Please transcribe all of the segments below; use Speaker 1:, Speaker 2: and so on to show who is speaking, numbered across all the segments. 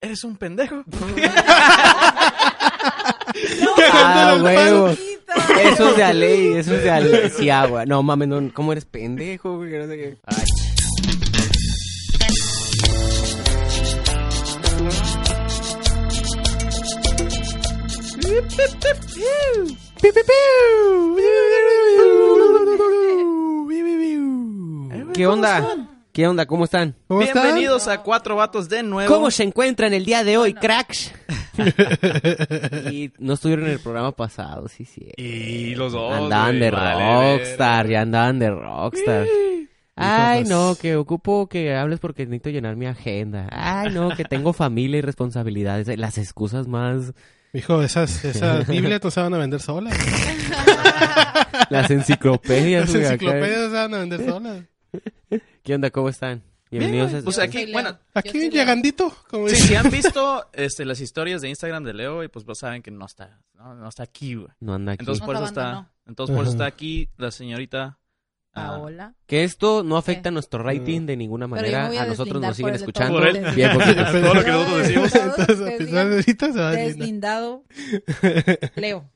Speaker 1: eres un pendejo.
Speaker 2: Ah,
Speaker 3: Cagándole al
Speaker 2: huevo.
Speaker 3: palo.
Speaker 2: Eso es de a ley, eso es de a ley. Sí, agua. No mames, no, ¿cómo eres pendejo, güey? Que no sé qué. Ay. ¿Qué onda? ¿Qué onda? ¿Cómo están?
Speaker 3: ¿Cómo están?
Speaker 1: Bienvenidos a Cuatro Vatos de nuevo.
Speaker 2: ¿Cómo se encuentran el día de hoy, cracks? y no estuvieron en el programa pasado, sí, sí.
Speaker 3: Y los dos.
Speaker 2: Andaban
Speaker 3: güey,
Speaker 2: de
Speaker 1: ¿eh?
Speaker 3: vale,
Speaker 2: rockstar, ya andaban de rockstar. Ay,
Speaker 3: Entonces-
Speaker 2: no, que ocupo que hables porque necesito llenar mi agenda. Ay, no, que tengo familia y responsabilidades. Las excusas más,
Speaker 3: Hijo, esas, esas Biblias no se van a vender solas.
Speaker 2: las enciclopedias.
Speaker 3: Las
Speaker 2: güey, acá.
Speaker 3: enciclopedias se van a vender solas.
Speaker 1: ¿Eh?
Speaker 2: ¿Qué onda? ¿Cómo están?
Speaker 1: Bien,
Speaker 2: Bienvenidos
Speaker 1: güey.
Speaker 2: a...
Speaker 1: Pues
Speaker 4: Yo
Speaker 1: aquí,
Speaker 4: soy Leo.
Speaker 1: bueno,
Speaker 4: Yo soy
Speaker 3: Aquí
Speaker 4: Leo.
Speaker 3: llegandito, como
Speaker 1: sí,
Speaker 3: dice.
Speaker 1: si han visto este, las historias de Instagram de Leo, y pues, pues saben que no está, no, no está aquí, güey.
Speaker 2: No anda aquí.
Speaker 1: Entonces
Speaker 4: Nos
Speaker 1: por eso está,
Speaker 4: abandonó.
Speaker 1: entonces por eso
Speaker 3: Ajá.
Speaker 1: está aquí la señorita ah,
Speaker 4: Paola.
Speaker 2: Que esto no afecta a nuestro
Speaker 1: Mm.
Speaker 2: rating de ninguna
Speaker 4: Pero yo me
Speaker 2: manera.
Speaker 4: voy
Speaker 2: A nosotros
Speaker 4: deslindar
Speaker 2: nos siguen
Speaker 4: por el de todos
Speaker 1: Por él.
Speaker 2: escuchando.
Speaker 4: ustedes.
Speaker 2: Bien poquitos.
Speaker 3: Todo lo que nosotros decimos.
Speaker 4: Todos
Speaker 3: Entonces, a
Speaker 4: ustedes
Speaker 3: pesar de ahorita se
Speaker 2: Ah,
Speaker 3: va a deslindar.
Speaker 4: Deslindado. Leo.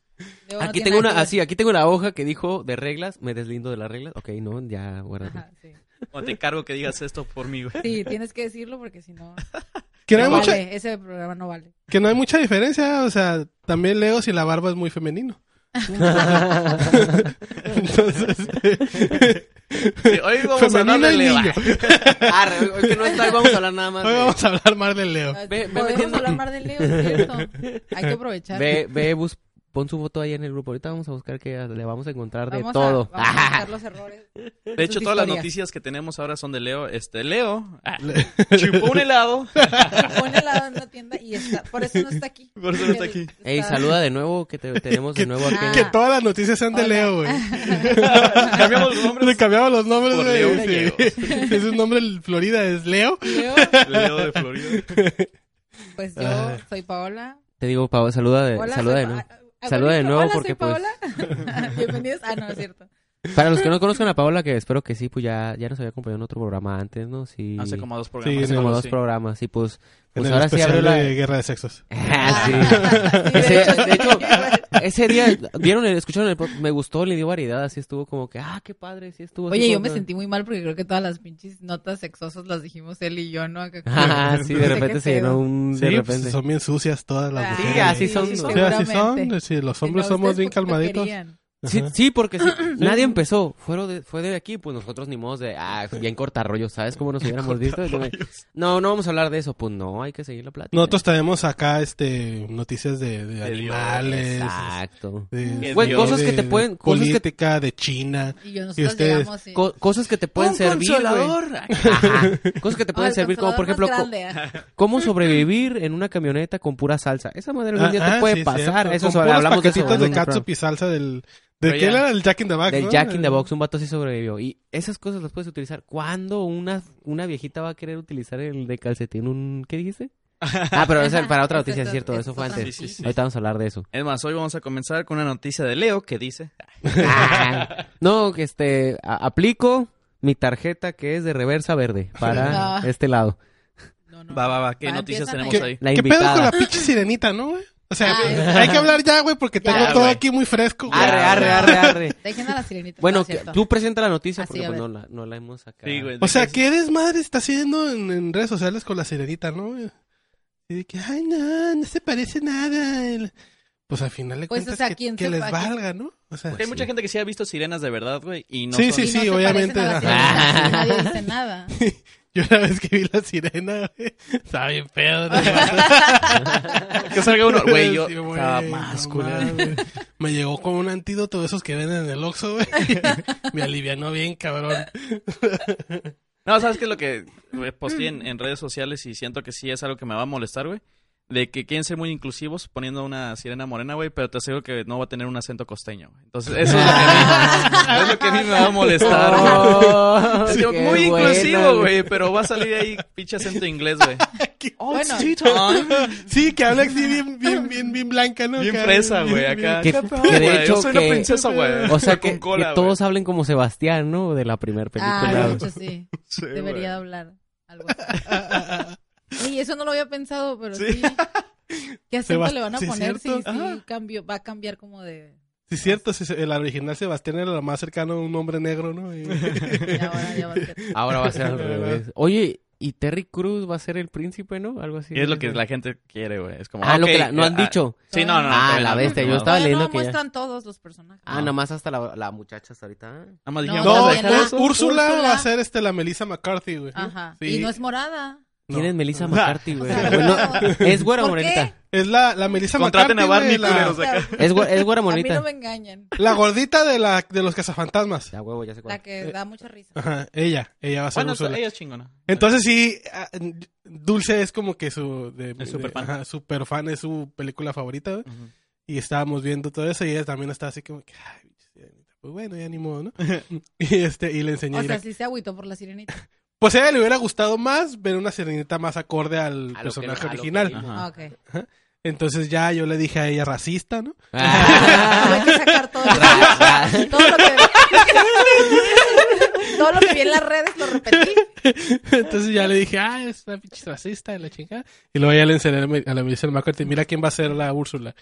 Speaker 4: Leo no
Speaker 2: Aquí
Speaker 4: tiene
Speaker 2: tengo
Speaker 4: nada
Speaker 2: una,
Speaker 4: que
Speaker 2: así, aquí tengo una hoja que dijo de reglas, me deslindo de las reglas. Ok, no, ya,
Speaker 4: ver.
Speaker 2: guarda.
Speaker 4: Ajá, sí.
Speaker 1: o te cargo que digas esto por mí, güey.
Speaker 4: Sí, tienes que decirlo porque si no,
Speaker 3: Que no, hay
Speaker 4: no
Speaker 3: mucha,
Speaker 4: vale. Ese programa no vale.
Speaker 3: que no hay mucha diferencia. O sea, también leo si la barba es muy femenino. Entonces,
Speaker 1: Sí, hoy vamos a hablar
Speaker 3: femenino
Speaker 1: de
Speaker 3: y
Speaker 1: Leo. Ah,
Speaker 3: niño.
Speaker 2: Arre, hoy que no está, hoy vamos a hablar nada más.
Speaker 3: Hoy
Speaker 2: de-
Speaker 3: vamos a hablar más de Leo.
Speaker 4: Podemos
Speaker 2: ve metiendo-
Speaker 4: hablar más de Leo, ¿cierto? Hay que aprovechar.
Speaker 2: Ve, ve, bus- pon su voto ahí en el grupo. Ahorita vamos a buscar que le vamos a encontrar de
Speaker 4: Vamos a-
Speaker 2: todo. Ah,
Speaker 4: vamos a buscar los errores.
Speaker 1: De hecho,
Speaker 4: Sus
Speaker 1: todas las
Speaker 4: historias.
Speaker 1: noticias que tenemos ahora son de Leo. Este, Leo ah, chupó un helado.
Speaker 4: Pone al lado en una tienda y está. Por eso no está aquí.
Speaker 1: Por eso no está aquí.
Speaker 2: Ey, saluda de nuevo, que te- tenemos de nuevo aquí. en-
Speaker 4: Ah.
Speaker 3: Que todas las noticias sean de
Speaker 4: Hola.
Speaker 3: Leo, güey.
Speaker 1: Cambiamos los nombres.
Speaker 3: Le cambiamos los nombres,
Speaker 1: Por
Speaker 3: güey,
Speaker 1: Leo
Speaker 3: sí.
Speaker 1: Gallegos.
Speaker 3: Si es un nombre en Florida, es Leo.
Speaker 4: Leo,
Speaker 1: Leo de Florida.
Speaker 4: pues yo soy Paola.
Speaker 2: Te digo, Pau, saluda de,
Speaker 4: Hola,
Speaker 2: Ah. Eh, saluda
Speaker 4: soy
Speaker 2: de
Speaker 4: Pa-
Speaker 2: nuevo.
Speaker 4: ah, ah,
Speaker 2: Saluda de
Speaker 4: bonito.
Speaker 2: nuevo
Speaker 4: Hola,
Speaker 2: porque, pues.
Speaker 4: soy Paola. Bienvenidos. Ah, no, es cierto.
Speaker 2: Para los que no conozcan a Paola, que espero que sí, pues ya, ya nos había acompañado en otro programa antes, ¿no? Sí.
Speaker 1: Hace como dos
Speaker 3: Sí,
Speaker 1: programas.
Speaker 2: hace como
Speaker 3: no,
Speaker 2: dos
Speaker 1: sí.
Speaker 2: programas. Y pues, pues
Speaker 3: en el
Speaker 2: ahora sí abrió
Speaker 3: especial
Speaker 2: la.
Speaker 3: de Guerra de Sexos.
Speaker 2: Ah, sí.
Speaker 4: Sí,
Speaker 2: Ese,
Speaker 4: de hecho,
Speaker 2: de hecho, ese día, vieron, el- escucharon el pod- me gustó, le dio variedad, así estuvo como que, ah, qué padre, sí estuvo. así
Speaker 4: Oye, yo
Speaker 2: como
Speaker 4: me
Speaker 2: que-
Speaker 4: sentí muy mal porque creo que todas las pinches notas sexosas las dijimos él y yo, ¿no? Acá como-
Speaker 2: Ah, sí, de
Speaker 4: No sé qué
Speaker 2: repente se llenó
Speaker 4: pedo.
Speaker 2: un,
Speaker 3: Sí,
Speaker 2: de
Speaker 3: pues,
Speaker 2: repente.
Speaker 3: son bien sucias todas las
Speaker 4: Ah,
Speaker 3: mujeres.
Speaker 2: Sí, así son.
Speaker 3: Sí,
Speaker 2: Sí,
Speaker 3: así
Speaker 4: seguramente.
Speaker 3: son. Sí, los
Speaker 4: Si
Speaker 3: hombres
Speaker 4: no,
Speaker 3: somos
Speaker 4: ustedes
Speaker 3: bien
Speaker 4: poquito
Speaker 3: calmaditos.
Speaker 4: querían.
Speaker 2: Sí,
Speaker 3: Ajá.
Speaker 2: sí, porque sí, nadie empezó, fue de, fue de aquí, pues nosotros ni modo de, ah, bien cortarrollos, ¿sabes cómo nos hubiéramos visto? No, no vamos a hablar de eso, pues no, hay que seguir la plática.
Speaker 3: Nosotros tenemos acá este noticias de, de
Speaker 1: Dios,
Speaker 3: animales.
Speaker 2: Exacto.
Speaker 3: de-
Speaker 1: Qué
Speaker 3: de-
Speaker 1: Güey,
Speaker 3: de-
Speaker 1: cosas
Speaker 2: que te
Speaker 3: de
Speaker 2: pueden- cosas que-
Speaker 3: Política de China.
Speaker 4: Y yo,
Speaker 3: Y
Speaker 4: nosotros
Speaker 3: ustedes,
Speaker 4: llegamos sí.
Speaker 2: Co- cosas que te pueden
Speaker 1: Un
Speaker 2: servir, güey.
Speaker 1: consolador.
Speaker 2: Ajá. Cosas que te pueden
Speaker 4: Ah, el
Speaker 2: servir, como por ejemplo,
Speaker 4: consolador
Speaker 2: co-
Speaker 4: más grande, ah.
Speaker 2: cómo sobrevivir en una camioneta con pura salsa. Esa madre un día
Speaker 3: Ah,
Speaker 2: te
Speaker 3: ah,
Speaker 2: puede
Speaker 3: sí,
Speaker 2: pasar.
Speaker 3: cierto.
Speaker 2: Eso
Speaker 3: Con
Speaker 2: sobre-
Speaker 3: puros
Speaker 2: hablamos de eso.
Speaker 3: paquetitos
Speaker 2: en
Speaker 3: de
Speaker 2: un programa.
Speaker 3: catsup y salsa del... ¿De
Speaker 1: Pero
Speaker 3: qué
Speaker 1: ya.
Speaker 3: era el Jack in
Speaker 1: Ah,
Speaker 3: the Box?
Speaker 2: Del
Speaker 3: no?
Speaker 2: Jack in the Box, un vato así sobrevivió. Y esas cosas las puedes utilizar. cuando una, una viejita va a querer utilizar el de calcetín? ¿Un, ¿Qué dijiste? Ah, pero eso es para otra
Speaker 4: Eso es
Speaker 2: noticia, es
Speaker 4: otro-
Speaker 2: cierto.
Speaker 4: eso
Speaker 2: Eso
Speaker 4: es
Speaker 2: fue
Speaker 4: otra
Speaker 2: antes.
Speaker 1: noticia. Sí, sí, sí.
Speaker 2: Ahorita vamos a hablar de eso.
Speaker 1: Es más, hoy vamos a comenzar con una noticia de Leo que dice...
Speaker 2: no, que este, a- aplico mi tarjeta que es de reversa verde para
Speaker 4: No.
Speaker 2: este lado.
Speaker 4: No, no.
Speaker 1: Va, va, va, ¿qué
Speaker 4: Va,
Speaker 1: noticias
Speaker 4: empiezan
Speaker 1: tenemos
Speaker 3: ¿Qué,
Speaker 1: ahí?
Speaker 2: La
Speaker 3: qué pedo con
Speaker 2: invitada.
Speaker 3: la pinche sirenita, no, güey? O sea,
Speaker 4: Ah, es-
Speaker 3: hay que hablar ya, güey, porque
Speaker 4: Ya,
Speaker 3: tengo todo
Speaker 1: güey.
Speaker 3: aquí muy fresco. güey.
Speaker 2: Arre, arre, arre, arre.
Speaker 4: Dejen a la sirenita.
Speaker 2: Bueno,
Speaker 4: Ah. no,
Speaker 2: que-
Speaker 4: cierto.
Speaker 2: tú presenta la noticia
Speaker 4: Así,
Speaker 2: porque
Speaker 4: a
Speaker 2: pues, no,
Speaker 4: ver.
Speaker 2: la, no la hemos sacado.
Speaker 1: Sí, pues, güey,
Speaker 3: O sea,
Speaker 1: ¿de qué
Speaker 3: ¿qué desmadre está haciendo en, en redes sociales con la sirenita, no? güey? Y de que, ay, no, no se parece nada. el- Pues al final le
Speaker 4: Pues, o
Speaker 3: cuentas
Speaker 4: sea,
Speaker 3: que,
Speaker 4: ¿quién
Speaker 3: que
Speaker 4: se
Speaker 3: les
Speaker 4: pa-
Speaker 3: valga, ¿no? O sea,
Speaker 1: es? Hay mucha gente pues, que sí ha visto sirenas de verdad, güey, y no
Speaker 3: Sí,
Speaker 1: son-
Speaker 4: Y
Speaker 3: sí,
Speaker 4: no se
Speaker 3: obviamente,
Speaker 4: parecen a la
Speaker 2: ajá.
Speaker 4: sirenita, así Nadie dice nada.
Speaker 3: yo una vez que vi la sirena, güey, estaba bien pedo. ¿no?
Speaker 1: Que salga uno, güey, yo
Speaker 3: Sí,
Speaker 1: estaba
Speaker 3: güey,
Speaker 1: más
Speaker 3: no
Speaker 1: culero.
Speaker 3: mames. Me llegó con un antídoto de esos que venden en el Oxxo, güey. Me alivianó bien, cabrón.
Speaker 1: No, ¿sabes qué es lo que güey, posteé en, en redes sociales y siento que sí es algo que me va a molestar, güey? De que quieren ser muy inclusivos poniendo una sirena morena, güey, pero te aseguro que no va a tener un acento costeño. güey. Entonces, eso es lo que a mí, es lo que a mí me va a molestar, güey.
Speaker 2: Oh,
Speaker 1: Es como
Speaker 2: qué
Speaker 1: muy
Speaker 2: buena,
Speaker 1: inclusivo, güey, pero va a salir ahí pinche acento inglés, güey.
Speaker 4: Bueno,
Speaker 3: Sí, que habla así bien, bien, bien, bien blanca, ¿no?
Speaker 1: Bien
Speaker 3: Acá,
Speaker 1: fresa,
Speaker 3: bien,
Speaker 1: güey,
Speaker 3: bien-
Speaker 1: acá.
Speaker 2: Que-
Speaker 1: Chapa,
Speaker 2: que de
Speaker 1: güey,
Speaker 2: hecho
Speaker 1: Ah, yo soy una
Speaker 2: que-
Speaker 1: princesa, güey.
Speaker 2: O sea, que,
Speaker 1: con cola,
Speaker 2: que
Speaker 1: güey.
Speaker 2: todos hablen como Sebastián, ¿no? De la primera película.
Speaker 4: ah, de
Speaker 2: güey.
Speaker 4: hecho sí.
Speaker 1: Sí, güey.
Speaker 4: Debería de hablar algo así. Oye, eso no lo había pensado, pero
Speaker 1: Sí.
Speaker 4: sí. ¿Qué acento
Speaker 3: Sebast-
Speaker 4: le van a
Speaker 3: sí, es
Speaker 4: poner si,
Speaker 3: cierto.
Speaker 4: si
Speaker 3: Ajá.
Speaker 4: cambio, va a cambiar como de...
Speaker 3: Sí, es cierto, sí, el original Sebastián era lo más cercano a un hombre negro, ¿no? Y-
Speaker 4: de ahora ya va a ser-
Speaker 2: Ahora va a ser al revés. Oye, ¿y Terry Cruz va a ser el príncipe, no? Algo así.
Speaker 1: Y es lo que la gente quiere, güey. Es como.
Speaker 2: Ah, lo
Speaker 1: ok,
Speaker 2: que la- no han
Speaker 1: ah,
Speaker 2: dicho.
Speaker 1: Sí, no, no. no,
Speaker 2: Ah,
Speaker 1: todavía
Speaker 2: la
Speaker 1: no,
Speaker 2: bestia,
Speaker 1: no,
Speaker 2: yo
Speaker 1: no.
Speaker 2: estaba
Speaker 4: Todavía
Speaker 2: leyendo
Speaker 4: no
Speaker 2: que ya-
Speaker 4: muestran todos los personajes.
Speaker 2: Ah, nomás hasta la, la muchacha hasta ahorita.
Speaker 1: Nada más
Speaker 4: No,
Speaker 1: dijeron,
Speaker 4: no,
Speaker 3: No,
Speaker 1: "Vamos a dejar
Speaker 4: no.
Speaker 3: pues,
Speaker 1: eso".
Speaker 3: Úrsula
Speaker 4: Úrsula.
Speaker 3: va a ser este, la Melissa McCarthy, güey.
Speaker 4: Ajá.
Speaker 3: Sí.
Speaker 4: Y no es morada.
Speaker 3: No.
Speaker 2: ¿Quién es Melissa
Speaker 1: Ah.
Speaker 2: McCarthy, güey?
Speaker 4: O sea,
Speaker 2: Bueno,
Speaker 4: no.
Speaker 2: es güera
Speaker 4: ¿Por
Speaker 2: morenita.
Speaker 3: Es la, la Melissa
Speaker 1: Contraten a Barney,
Speaker 3: McCarthy, güey,
Speaker 1: culeros,
Speaker 3: la,
Speaker 1: acá.
Speaker 2: Es, güera- es güera
Speaker 4: A mí
Speaker 2: morenita.
Speaker 4: no me engañan.
Speaker 3: la gordita de, la, de los cazafantasmas.
Speaker 2: Ya, huevo, ya sé cuál.
Speaker 4: La que da mucha risa.
Speaker 3: Ajá, ella, ella va a ser
Speaker 1: Bueno,
Speaker 3: Úrsula.
Speaker 1: ella es chingona.
Speaker 3: Entonces sí, ah, Dulce es como que su... De,
Speaker 1: Es superfan.
Speaker 3: de- ajá, superfan, es su película favorita, güey.
Speaker 1: Ujú.
Speaker 3: Y estábamos viendo todo eso y ella también está así como que... Ay, pues bueno, ya ni modo, ¿no? y, este, y le enseñé...
Speaker 4: O sea,
Speaker 3: direct-
Speaker 4: sí se agüitó por la sirenita.
Speaker 3: Pues a ella le hubiera gustado más ver una sirenita más acorde al
Speaker 2: A lo
Speaker 3: personaje
Speaker 2: que- a lo que
Speaker 3: original.
Speaker 2: iba.
Speaker 1: Ajá.
Speaker 4: Ah, ok.
Speaker 3: Entonces ya yo le dije a ella racista, ¿no?
Speaker 2: Ah.
Speaker 4: Hay que sacar todo,
Speaker 2: Ra- ra-
Speaker 4: todo lo que... todo lo que vi en las redes lo repetí.
Speaker 3: Entonces ya le dije, ah, es una pinche racista de la chingada. Y luego ya le enseñé a la- a la Melissa McCarthy, mira quién va a ser la Úrsula.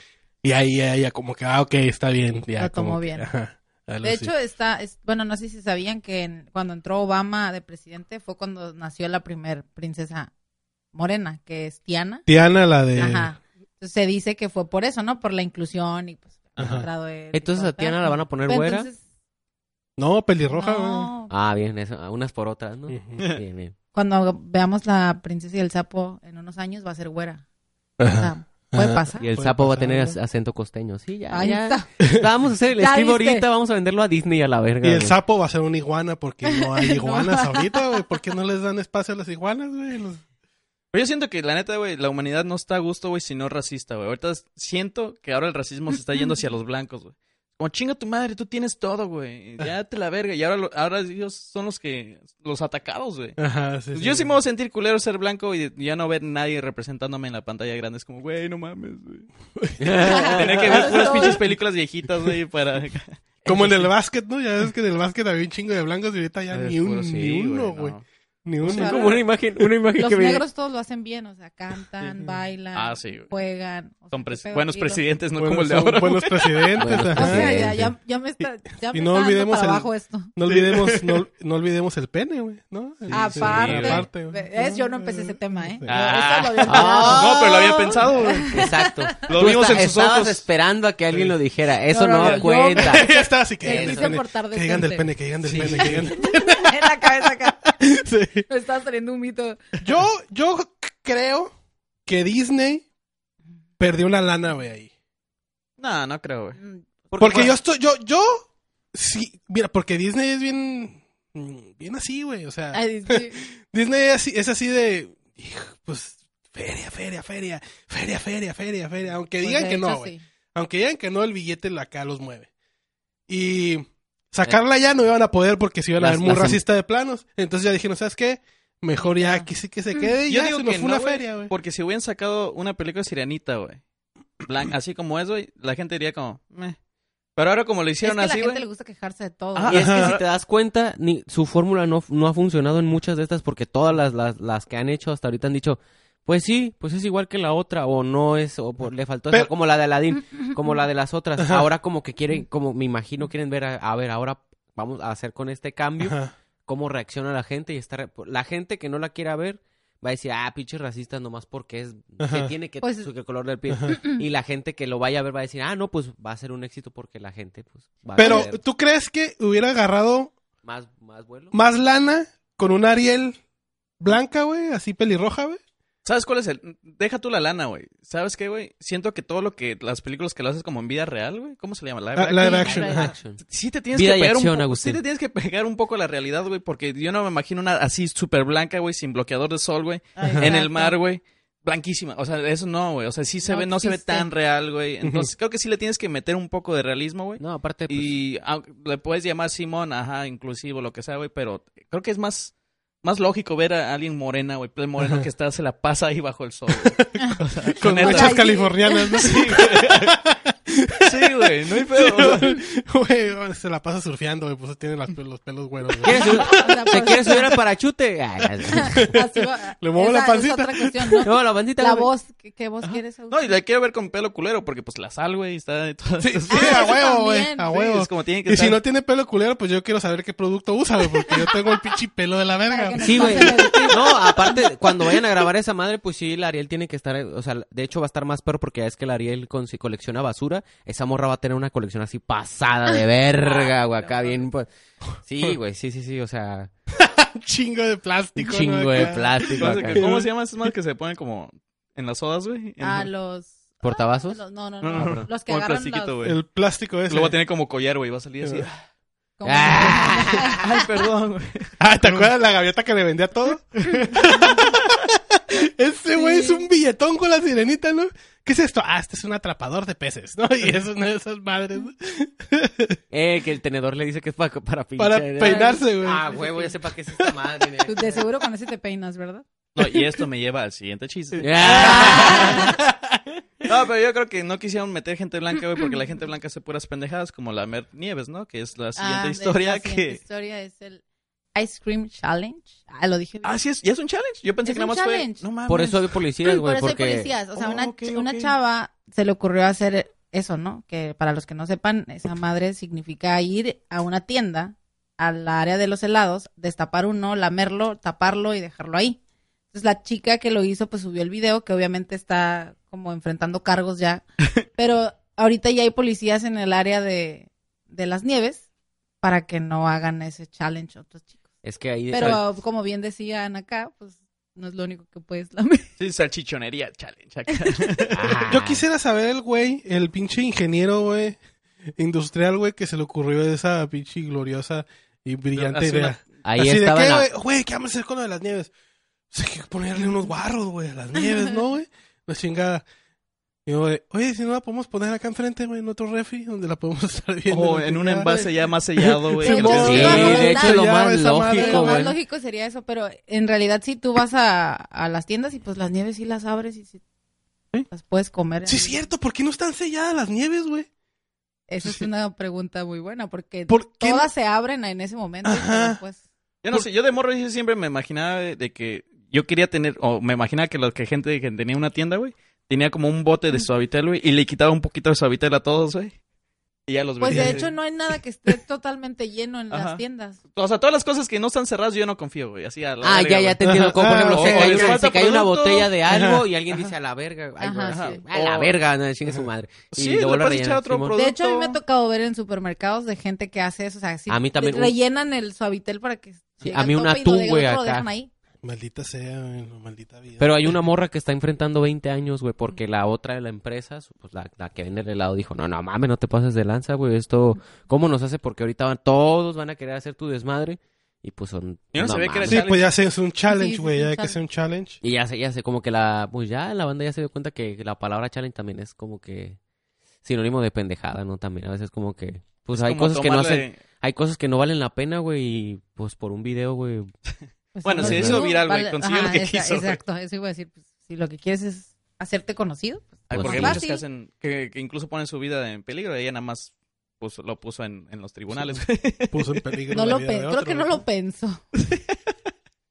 Speaker 3: Y ahí ella como que, ah, ok, está bien. Ya,
Speaker 4: Lo tomó
Speaker 3: como que,
Speaker 4: bien.
Speaker 3: ajá, algo
Speaker 4: De
Speaker 3: así.
Speaker 4: hecho, está, es- bueno, no sé si sabían que en- cuando entró Obama de presidente fue cuando nació la primer princesa morena, que es Tiana.
Speaker 3: Tiana, la de...
Speaker 4: Ajá. Entonces, se dice que fue por eso, ¿no? Por la inclusión y pues
Speaker 3: Ajá.
Speaker 4: entrado él y
Speaker 2: Entonces
Speaker 4: todo
Speaker 2: a
Speaker 4: el pedo.
Speaker 2: Tiana la van a poner
Speaker 4: Pero
Speaker 2: güera.
Speaker 4: Pues entonces,
Speaker 3: No, pelirroja. güey.
Speaker 4: no.
Speaker 2: Ah, bien, eso. ah, Unas por otras, ¿no?
Speaker 3: Ujú.
Speaker 2: Bien, bien.
Speaker 4: Cuando veamos la princesa y el sapo en unos años va a ser güera. O
Speaker 3: Ajá.
Speaker 4: sea, puede
Speaker 3: Ajá.
Speaker 4: pasar.
Speaker 2: Y el
Speaker 3: Puede
Speaker 2: sapo va a
Speaker 3: pasar,
Speaker 2: tener
Speaker 3: ¿no?
Speaker 2: ac- acento costeño. Sí, ya.
Speaker 4: Ahí
Speaker 2: ya.
Speaker 4: está.
Speaker 2: Vamos a hacer el
Speaker 4: Ya
Speaker 2: stream
Speaker 4: viste.
Speaker 2: ahorita, vamos a venderlo a Disney a la verga.
Speaker 3: Y el
Speaker 2: güey.
Speaker 3: sapo va a ser una iguana porque no hay iguanas ahorita, güey. ¿Por qué no les dan espacio a las iguanas, güey? Los-
Speaker 1: Pero yo siento que, la neta, güey, la humanidad no está a gusto, güey, si no es racista, güey. Ahorita s- siento que ahora el racismo se está yendo hacia los blancos, güey. Como chinga tu madre, tú tienes todo, güey. Ya te la verga. Y ahora, lo- ahora ellos son los que. los atacados, güey.
Speaker 3: Ajá, sí,
Speaker 1: Pues
Speaker 3: sí,
Speaker 1: yo sí
Speaker 3: güey.
Speaker 1: me voy a sentir culero ser blanco y ya no ver nadie representándome en la pantalla grande. Es como, güey, no mames, güey. Tenía que ver puras pinches películas viejitas, güey, para...
Speaker 3: Como en el básquet, ¿no? Ya ves que en el básquet había un chingo de blancos y ahorita ya ni, un,
Speaker 1: Ah, Sí,
Speaker 3: ni uno,
Speaker 1: no. Pues
Speaker 3: güey. Ni
Speaker 2: Sí,
Speaker 3: uno.
Speaker 2: como una imagen, una imagen
Speaker 4: Los
Speaker 2: que me...
Speaker 4: negros todos lo hacen bien, o sea, cantan, bailan,
Speaker 1: Ah, sí, güey.
Speaker 4: juegan. o sea,
Speaker 1: Son
Speaker 4: qué
Speaker 1: pres-
Speaker 4: pedo,
Speaker 1: buenos
Speaker 4: y los-
Speaker 1: presidentes, no pues
Speaker 3: Buenos-
Speaker 1: como el de
Speaker 3: son
Speaker 1: ahora.
Speaker 3: buenos presidentes,
Speaker 2: Buenos
Speaker 4: O
Speaker 3: ajá.
Speaker 4: sea, ya,
Speaker 2: Sí.
Speaker 4: ya, ya me está. Ya
Speaker 3: Y
Speaker 4: me
Speaker 3: no
Speaker 4: está dando
Speaker 3: olvidemos
Speaker 4: para
Speaker 3: el-
Speaker 4: abajo esto.
Speaker 3: No olvidemos, no, no olvidemos el pene, güey, ¿no? El-
Speaker 4: Aparte,
Speaker 3: el- aparte, güey.
Speaker 4: es, yo no empecé ese tema, ¿eh?
Speaker 1: Ah.
Speaker 4: Eso lo había
Speaker 2: Ah.
Speaker 4: olvidado.
Speaker 1: No, pero lo había pensado, güey.
Speaker 2: Exacto.
Speaker 1: Lo
Speaker 2: Tú
Speaker 1: vimos
Speaker 2: esta-
Speaker 1: en sus
Speaker 2: estabas
Speaker 1: ojos.
Speaker 2: esperando a que alguien lo dijera. Eso
Speaker 4: No,
Speaker 2: no,
Speaker 4: no, no, yo-
Speaker 2: cuenta.
Speaker 3: ya está, así que
Speaker 4: Me
Speaker 3: digan del
Speaker 4: quise
Speaker 3: pene,
Speaker 4: portar
Speaker 3: que digan del
Speaker 4: decente.
Speaker 3: pene, que digan del pene, que digan del
Speaker 4: en la cabeza acá.
Speaker 3: pene. Sí.
Speaker 4: Me estabas teniendo un mito.
Speaker 3: Yo, yo creo que Disney perdió una lana, güey, ahí.
Speaker 1: No, no creo, güey.
Speaker 4: Mm,
Speaker 3: Porque yo estoy, yo, yo, sí, mira, porque Disney es bien, mm, bien así, güey, o sea.
Speaker 4: ay, sí.
Speaker 3: Disney es así, es así de, hijo, pues, feria, feria, feria, feria, feria, feria, feria. Aunque
Speaker 4: Pues,
Speaker 3: digan
Speaker 4: de
Speaker 3: que no,
Speaker 4: hecho,
Speaker 3: güey.
Speaker 4: sí.
Speaker 3: Aunque digan que no, el billete lo- acá los mueve. Y sacarla ya no iban a poder porque se iban a
Speaker 2: Las-
Speaker 3: ver muy
Speaker 2: las em-
Speaker 3: racista de planos. Entonces ya dijeron, ¿sabes qué? Mejor ya
Speaker 4: Ya.
Speaker 3: que sí que se quede. y
Speaker 1: Yo
Speaker 3: ya
Speaker 1: digo
Speaker 3: se nos
Speaker 1: que
Speaker 3: fue
Speaker 1: no,
Speaker 3: una
Speaker 1: güey,
Speaker 3: feria, güey.
Speaker 1: Porque si hubieran sacado una película de Sirenita, güey. blan- Así como es, güey, la gente diría como... "Meh". Pero ahora como lo
Speaker 4: Es que a
Speaker 1: hicieron
Speaker 4: la
Speaker 1: así,
Speaker 4: gente
Speaker 1: güey...
Speaker 4: le gusta quejarse de todo.
Speaker 1: Ajá.
Speaker 2: Y es que si te das cuenta, ni, su fórmula no, no ha funcionado en muchas de estas porque todas las, las, las que han hecho hasta ahorita han dicho, pues sí, pues es igual que la otra o no es, o por- le faltó,
Speaker 3: Pero-
Speaker 2: como la de Aladdin, como la de las otras. Ahora como que quieren, como me imagino quieren ver, a, a ver, ahora vamos a hacer con este cambio
Speaker 3: Ajá.
Speaker 2: cómo reacciona la gente y está re- la gente que no la quiera ver va a decir, ah, pinche racista nomás porque es que
Speaker 3: Ajá.
Speaker 2: tiene que
Speaker 4: Pues-
Speaker 2: su que el color del piel. Y la gente que lo vaya a ver va a decir, ah, no, pues va a ser un éxito porque la gente pues va a
Speaker 3: Pero,
Speaker 2: ver
Speaker 3: ¿tú crees que hubiera agarrado
Speaker 2: más más vuelo.
Speaker 3: más lana con un Ariel blanca, güey? Así pelirroja, güey.
Speaker 1: ¿Sabes cuál es el...? Deja tú la lana, güey. ¿Sabes qué, güey? Siento que todo lo que... Las películas que lo haces como en vida real, güey. ¿Cómo se le llama? Live
Speaker 3: Ah,
Speaker 1: action.
Speaker 3: live
Speaker 4: Live
Speaker 3: action.
Speaker 4: action.
Speaker 3: ajá.
Speaker 2: Action.
Speaker 1: Sí te tienes
Speaker 2: Vida
Speaker 1: que
Speaker 2: y
Speaker 1: pegar
Speaker 2: acción,
Speaker 1: un poco,
Speaker 2: Agustín.
Speaker 1: sí te tienes que pegar un poco a la realidad, güey, porque yo no me imagino una así súper blanca, güey, sin bloqueador de sol, güey,
Speaker 4: Exacto.
Speaker 1: en el mar, güey, blanquísima. O sea, eso no, güey. O sea, sí se
Speaker 4: No
Speaker 1: ve, no se ve
Speaker 4: existe.
Speaker 1: tan real, güey. Entonces, creo que sí le tienes que meter un poco de realismo, güey.
Speaker 2: No, aparte pues,
Speaker 1: Y au- le puedes llamar Simón, ajá, inclusivo, lo que sea, güey, pero creo que es más más lógico ver a alguien morena, güey, el moreno que está se la pasa ahí bajo el sol. güey. O sea,
Speaker 3: Con
Speaker 1: neta.
Speaker 3: muchas
Speaker 4: Ay, sí.
Speaker 3: californianas, ¿no?
Speaker 1: Sí, güey. Sí, güey, no hay pedo. o sea,
Speaker 3: Güey, se la pasa surfeando, güey. Por eso tiene las pel- los pelos güeros, güey.
Speaker 2: ¿Quieres subir-
Speaker 4: O sea,
Speaker 2: ¿Te
Speaker 4: por-
Speaker 2: quieres subir al parachute? Ay,
Speaker 4: Así va.
Speaker 3: Le muevo
Speaker 4: Esa
Speaker 3: la
Speaker 4: es
Speaker 3: pancita.
Speaker 4: otra cuestión, ¿no?
Speaker 2: No, la bandita.
Speaker 4: La
Speaker 2: güey.
Speaker 4: voz, ¿qué, qué voz quieres? Augusto?
Speaker 1: No, y la quiero ver con pelo culero porque pues la sal, güey, está... y todo
Speaker 3: Sí,
Speaker 1: esto.
Speaker 3: sí, a huevo, güey.
Speaker 4: también.
Speaker 3: A
Speaker 1: Sí,
Speaker 3: huevo.
Speaker 1: Es como tiene que
Speaker 3: Y
Speaker 1: estar...
Speaker 3: si no tiene pelo culero, pues yo quiero saber qué producto usa, güey, porque yo tengo el pinche pelo de la verga. güey.
Speaker 2: Sí, güey. No, aparte, cuando vayan a grabar esa madre, pues sí, la Ariel tiene que estar. O sea, de hecho va a estar más perro porque es que la Ariel con, si colecciona basura, esa morra va a tener una colección así pasada de verga, güey.
Speaker 3: Ah,
Speaker 2: Acá bien. pues, Sí, güey, sí, sí, sí. O sea,
Speaker 3: Un chingo de
Speaker 2: un
Speaker 3: plástico. ¿no?
Speaker 2: chingo de
Speaker 3: Acá.
Speaker 2: plástico.
Speaker 1: Entonces,
Speaker 2: Acá.
Speaker 1: que- ¿Cómo se llama esas madres que se ponen como en las sodas, güey? En-
Speaker 4: A Ah, los...
Speaker 2: ¿Portavasos?
Speaker 4: los- No, no,
Speaker 1: No, no, no.
Speaker 4: no. Los que
Speaker 1: Como el
Speaker 4: agarran
Speaker 1: plastiquito,
Speaker 4: los...
Speaker 1: güey.
Speaker 3: El plástico ese.
Speaker 1: Lo voy a tener como collar, güey. Va a salir así.
Speaker 4: como-
Speaker 2: Ah.
Speaker 1: Ay, perdón, güey.
Speaker 3: Ah, ¿te acuerdas la gaviota que le vendía todo? Ese güey es
Speaker 4: Sí.
Speaker 3: un billetón con la sirenita, ¿no? ¿Qué es esto? Ah, este es un atrapador de peces, ¿no? Y es una de esas madres ¿no?
Speaker 2: Eh, que el tenedor le dice que es pa- para pinche.
Speaker 3: para peinarse, güey.
Speaker 2: Ah, huevo, ya sé para qué es esta madre. neta.
Speaker 4: Tú Pues, De seguro con ese te peinas, ¿verdad?
Speaker 1: No, y esto me lleva al siguiente chiste.
Speaker 2: Ah.
Speaker 1: No, pero yo creo que no quisieron meter gente blanca, güey, porque la gente blanca hace puras pendejadas como la Mer Nieves, ¿no? Que es la siguiente
Speaker 4: Ah, de-
Speaker 1: historia
Speaker 4: la siguiente
Speaker 1: que...
Speaker 4: historia es el Ice Cream Challenge. Ah, lo dije. bien.
Speaker 1: Ah, sí, es, ya es un challenge. Yo pensé
Speaker 4: Es
Speaker 1: que nada
Speaker 4: un
Speaker 1: más
Speaker 4: challenge.
Speaker 1: fue... No mames.
Speaker 2: Por eso hay
Speaker 4: Sí,
Speaker 2: policías,
Speaker 4: por
Speaker 2: güey.
Speaker 4: eso hay
Speaker 2: Porque.
Speaker 4: policías. O sea,
Speaker 1: Oh,
Speaker 4: una,
Speaker 1: ok,
Speaker 4: ch- una
Speaker 1: ok.
Speaker 4: chava se le ocurrió hacer eso, ¿no? Que para los que no sepan, esa madre significa ir a una tienda, al área de los helados, destapar uno, lamerlo, taparlo y dejarlo ahí. Entonces la chica que lo hizo, pues subió el video, que obviamente está como enfrentando cargos ya. Pero ahorita ya hay policías en el área de, de las nieves para que no hagan ese challenge otros chicos.
Speaker 2: Es que ahí.
Speaker 4: Pero como bien decían acá, pues no es lo único que puedes lamer.
Speaker 1: Sí, salchichonería challenge. acá.
Speaker 2: Ah.
Speaker 3: Yo quisiera saber el güey, el pinche ingeniero, güey, industrial, güey, que se le ocurrió esa pinche gloriosa y brillante
Speaker 1: Hace una-
Speaker 3: idea.
Speaker 2: Ahí
Speaker 3: Así de
Speaker 2: estaba.
Speaker 3: qué,
Speaker 2: la-
Speaker 3: güey, güey, ¿qué vamos a hacer con lo de las nieves? O sea, hay que ponerle unos guarros, güey, a las nieves, ¿no, güey? La chingada. Y yo, güey, oye, si no la podemos poner acá enfrente, güey, en otro refri, donde la podemos estar viendo.
Speaker 1: O
Speaker 3: la
Speaker 1: en un
Speaker 3: chingada.
Speaker 1: envase ya más sellado, güey.
Speaker 4: Sí,
Speaker 1: que lo
Speaker 2: Sí,
Speaker 1: tengas-
Speaker 4: no,
Speaker 2: de hecho, lo
Speaker 3: ya,
Speaker 2: más
Speaker 3: esa madre,
Speaker 2: lógico,
Speaker 4: Lo más
Speaker 2: güey.
Speaker 4: lógico sería eso, pero en realidad si tú vas a, a las tiendas y pues las nieves sí las abres y sí las puedes comer.
Speaker 3: Sí, es cierto, ¿por qué no están selladas las nieves, güey?
Speaker 4: Esa es
Speaker 3: Sí.
Speaker 4: una pregunta muy buena porque
Speaker 3: ¿Por qué?
Speaker 4: todas se abren en ese momento.
Speaker 3: Ajá.
Speaker 4: pero, pues,
Speaker 1: Yo no sé, yo de morro yo siempre me imaginaba de, de que yo quería tener, o me imaginaba que la que gente que tenía una tienda, güey, tenía como un bote de suavitel, güey, y le quitaba un poquito de suavitel a todos, güey. Y ya los
Speaker 4: pues
Speaker 1: vendía.
Speaker 4: de hecho no hay nada que esté totalmente lleno en
Speaker 1: Ajá.
Speaker 4: las tiendas.
Speaker 1: O sea, todas las cosas que no están cerradas yo no confío, güey. Así a la
Speaker 2: Ah,
Speaker 1: verga,
Speaker 2: ya,
Speaker 1: güey.
Speaker 2: ya te entiendo. Como por
Speaker 3: Ajá.
Speaker 2: ejemplo, se
Speaker 1: O-
Speaker 2: cae,
Speaker 1: o les
Speaker 2: una-
Speaker 1: Oh, falta
Speaker 2: se cae una
Speaker 1: producto.
Speaker 2: botella de algo
Speaker 3: Ajá.
Speaker 2: y alguien dice a la verga. ay,
Speaker 4: Ajá,
Speaker 2: güey,
Speaker 4: sí.
Speaker 2: A la
Speaker 1: O-
Speaker 2: verga, no, chingue su madre.
Speaker 1: Oh. Sí,
Speaker 2: y
Speaker 1: le
Speaker 2: luego la
Speaker 1: puedes echar
Speaker 2: rellena.
Speaker 1: otro
Speaker 2: Simón.
Speaker 1: producto.
Speaker 4: De hecho, a mí me ha tocado ver en supermercados de gente que hace eso. O sea, sí,
Speaker 2: A mí también,
Speaker 4: de-
Speaker 2: un-
Speaker 4: rellenan el suavitel para que...
Speaker 2: Sí,
Speaker 4: llegue
Speaker 2: a
Speaker 4: al
Speaker 2: mí un
Speaker 4: tope y lo
Speaker 2: atún,
Speaker 4: de-
Speaker 2: güey,
Speaker 4: otro lo
Speaker 2: acá.
Speaker 4: dejan ahí.
Speaker 3: Maldita sea, güey, maldita vida.
Speaker 2: Pero hay una morra que está enfrentando 20 años, güey, porque la otra de la empresa, pues la, la que vende el helado, dijo, no, no mames, no te pases de lanza, güey, esto, ¿cómo nos hace? Porque ahorita van, todos van a querer hacer tu desmadre y pues son...
Speaker 1: Yo no sabía que era
Speaker 2: mames.
Speaker 3: Sí, pues ya sé, es un
Speaker 4: Sí,
Speaker 3: challenge,
Speaker 4: sí,
Speaker 3: güey,
Speaker 4: es
Speaker 3: ya
Speaker 4: un
Speaker 3: que
Speaker 4: challenge.
Speaker 3: sea un challenge.
Speaker 2: Y ya se, ya se, como que la, pues ya la banda ya se dio cuenta que la palabra challenge también es como que sinónimo de pendejada, ¿no? También a veces como que, pues hay
Speaker 1: Como
Speaker 2: cosas que no
Speaker 1: tomarle-
Speaker 2: hacen, hay cosas que no valen la pena, güey, y pues por un video, güey.
Speaker 4: Pues,
Speaker 1: Bueno,
Speaker 4: no
Speaker 2: se
Speaker 4: sé,
Speaker 2: hizo
Speaker 4: tú,
Speaker 1: viral, güey, consiguió lo que
Speaker 4: esa-
Speaker 1: quiso, güey.
Speaker 4: Exacto, eso iba a decir. pues, si lo que quieres es hacerte conocido, pues,
Speaker 1: Ay,
Speaker 2: Pues
Speaker 1: porque hay
Speaker 2: sí.
Speaker 1: muchos que
Speaker 4: Fácil.
Speaker 1: hacen, que, que incluso ponen su vida en peligro. Ella nada más puso- lo puso en, en los tribunales, güey.
Speaker 3: Puso en peligro
Speaker 4: no
Speaker 3: la
Speaker 4: lo
Speaker 3: vida
Speaker 4: pen-
Speaker 3: de
Speaker 4: creo
Speaker 3: otro,
Speaker 4: que no
Speaker 3: güey.
Speaker 4: lo pensó.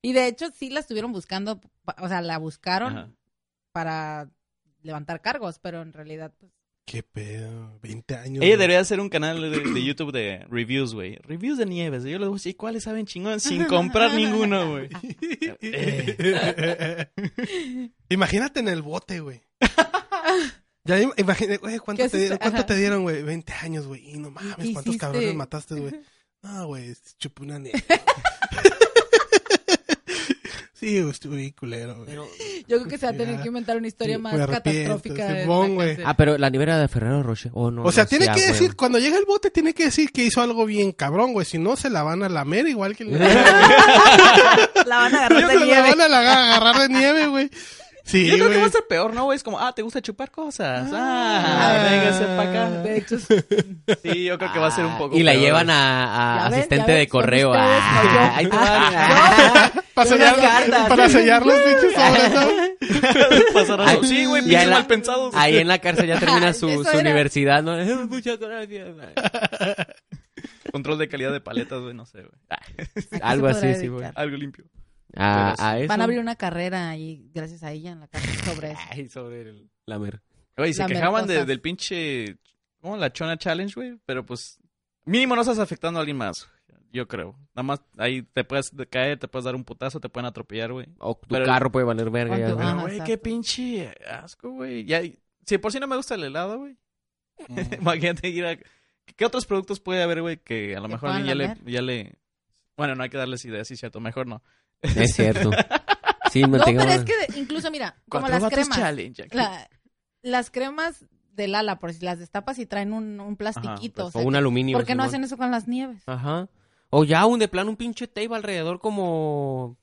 Speaker 4: y de hecho sí la estuvieron buscando, pa- o sea, la buscaron
Speaker 1: Ajá.
Speaker 4: para levantar cargos, pero en realidad pues,
Speaker 3: Qué pedo, 20 años.
Speaker 1: Ella
Speaker 3: güey.
Speaker 1: debería hacer un canal de, de YouTube de reviews, güey. Reviews de nieves. Y yo les voy a decir, ¿cuáles saben chingón? Sin comprar ninguno, güey.
Speaker 3: Imagínate en el bote, güey. Ya im- imagínate, güey, ¿cuánto,
Speaker 4: ¿Qué
Speaker 3: te,
Speaker 4: haces?
Speaker 3: dieron- cuánto
Speaker 4: Ajá.
Speaker 3: te dieron, güey? 20 años, güey. Y no mames,
Speaker 4: ¿Qué
Speaker 3: ¿cuántos
Speaker 4: hiciste?
Speaker 3: cabrones mataste, güey? No, güey, chupé una nieve. sí, güey, estuve bien culero, güey.
Speaker 2: Pero-
Speaker 4: yo creo que se va a tener
Speaker 3: Ya.
Speaker 4: que inventar una historia
Speaker 3: Sí,
Speaker 4: más
Speaker 3: me arrepiento,
Speaker 4: catastrófica. de
Speaker 3: Simón,
Speaker 4: la
Speaker 3: güey.
Speaker 4: cárcel.
Speaker 2: Ah, pero la nivera de Ferrero Rocher, oh no.
Speaker 3: o sea,
Speaker 2: no,
Speaker 3: tiene
Speaker 2: sí, ah,
Speaker 3: que
Speaker 2: güey.
Speaker 3: decir, cuando llega el bote, tiene que decir que hizo algo bien cabrón, güey. Si no, se la van a lamer igual que el...
Speaker 4: la van a
Speaker 3: Yo
Speaker 4: agarrar
Speaker 3: creo
Speaker 4: de
Speaker 3: que la
Speaker 4: nieve.
Speaker 3: van a la- agarrar de nieve, güey. Sí,
Speaker 1: Yo creo que
Speaker 3: güey.
Speaker 1: va a ser peor, ¿no, güey? Es como, ah, ¿te gusta chupar cosas? Ah,
Speaker 3: Ah.
Speaker 1: véngase pa' acá. De hecho, sí, yo creo que va a ser un poco
Speaker 2: Ah. Y la
Speaker 1: peor,
Speaker 2: llevan
Speaker 1: güey.
Speaker 2: a,
Speaker 5: Ya
Speaker 2: a
Speaker 5: ven,
Speaker 2: asistente
Speaker 5: ya ven,
Speaker 2: de correo.
Speaker 5: son ustedes,
Speaker 2: Ah,
Speaker 5: no yo.
Speaker 2: ahí te Ah, van.
Speaker 3: Para
Speaker 5: Unas
Speaker 3: sellar,
Speaker 5: cartas.
Speaker 3: para sellar los pinches sobres, ¿no?
Speaker 1: Pasaron-
Speaker 2: Ay,
Speaker 1: Sí, güey,
Speaker 2: y
Speaker 1: pinches
Speaker 2: ahí la-
Speaker 1: mal pensados.
Speaker 2: Ahí en la cárcel ya termina su,
Speaker 5: Eso
Speaker 2: su
Speaker 5: era.
Speaker 2: universidad, ¿no? Eh, Muchas gracias.
Speaker 1: Control de calidad de paletas, güey, no sé, güey. Ah,
Speaker 2: Algo
Speaker 4: se podrá
Speaker 2: así, sí,
Speaker 4: dedicar?
Speaker 2: güey.
Speaker 1: Algo limpio.
Speaker 2: A,
Speaker 1: Pero
Speaker 2: Ah, a eso.
Speaker 4: Van a abrir una carrera y gracias a ella en la cárcel sobre eso.
Speaker 2: Ay, sobre el... La mer.
Speaker 1: Güey, se
Speaker 4: Lamer
Speaker 1: quejaban de-
Speaker 4: cosas.
Speaker 1: del pinche... ¿Cómo? La chona challenge, güey. Pero pues, mínimo no estás afectando a alguien más, güey. yo creo. Nada más ahí te puedes de- caer, te puedes dar un putazo, te pueden atropellar, güey.
Speaker 2: O tu
Speaker 1: Pero-
Speaker 2: carro puede valer verga.
Speaker 4: O
Speaker 2: ya,
Speaker 4: tu-
Speaker 2: güey.
Speaker 4: Ajá,
Speaker 1: Pero, güey, qué
Speaker 4: exacto.
Speaker 1: pinche asco, güey. Ya, si de por si no me gusta el helado, güey. Imagínate ir a... ¿Qué otros productos puede haber, güey, que a lo
Speaker 4: Que
Speaker 1: mejor alguien ya
Speaker 4: puedan
Speaker 1: le,
Speaker 4: lamer.
Speaker 1: ya le... Bueno, no hay que darles ideas, sí, cierto. Mejor no.
Speaker 2: Es cierto. Sí,
Speaker 4: No,
Speaker 2: mantengo-
Speaker 4: pero es que de- incluso, mira, como las
Speaker 1: vatos
Speaker 4: cremas.
Speaker 1: challenge. aquí.
Speaker 4: la- las cremas del ala, por si las destapas y traen un, un plastiquito.
Speaker 2: pues, O un aluminio.
Speaker 4: ¿Por qué no
Speaker 2: Simón.
Speaker 4: hacen eso con las nieves?
Speaker 2: Ajá. O ya un de plano un pinche tape alrededor como...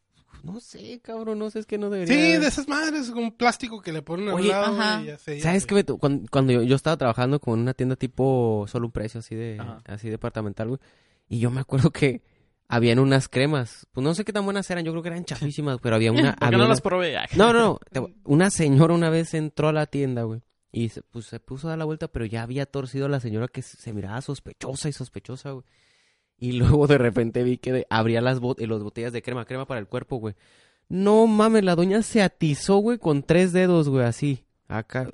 Speaker 2: No sé, cabrón, no sé, es que no debería...
Speaker 3: Sí, de esas madres, un plástico que le ponen a un
Speaker 2: Oye,
Speaker 3: lado güey,
Speaker 4: ajá.
Speaker 3: y ya se-
Speaker 2: ¿Sabes
Speaker 3: ya
Speaker 2: qué? me tu- cuan- Cuando, yo, yo estaba trabajando con una tienda tipo solo un precio así de
Speaker 1: Ajá.
Speaker 2: así departamental, güey. Y yo me acuerdo que habían unas cremas. Pues no sé qué tan buenas eran, yo creo que eran chafísimas, pero había una...
Speaker 1: ¿Por qué
Speaker 2: había
Speaker 1: no
Speaker 2: una-
Speaker 1: las probé? Ah,
Speaker 2: No, no, no. Te voy- Una señora una vez entró a la tienda, güey. Y se, pues, se puso a dar la vuelta, pero ya había torcido a la señora que se se miraba sospechosa y sospechosa, güey. Y luego de repente vi que de- abría las, bot- eh, las botellas de crema, crema para el cuerpo, güey. No mames, la doña se atizó, güey, con tres dedos, güey, así. Acá.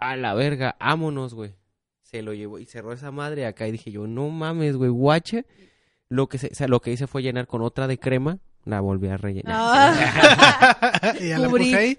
Speaker 2: A la verga, ámonos, güey. Se lo llevó y cerró esa madre acá. Y dije yo, no mames, güey, guache. Lo que, se, o sea, lo que hice fue llenar con otra de crema. La volví a rellenar.
Speaker 4: Ah.
Speaker 3: y ya la
Speaker 4: Cubrí.
Speaker 3: puse ahí.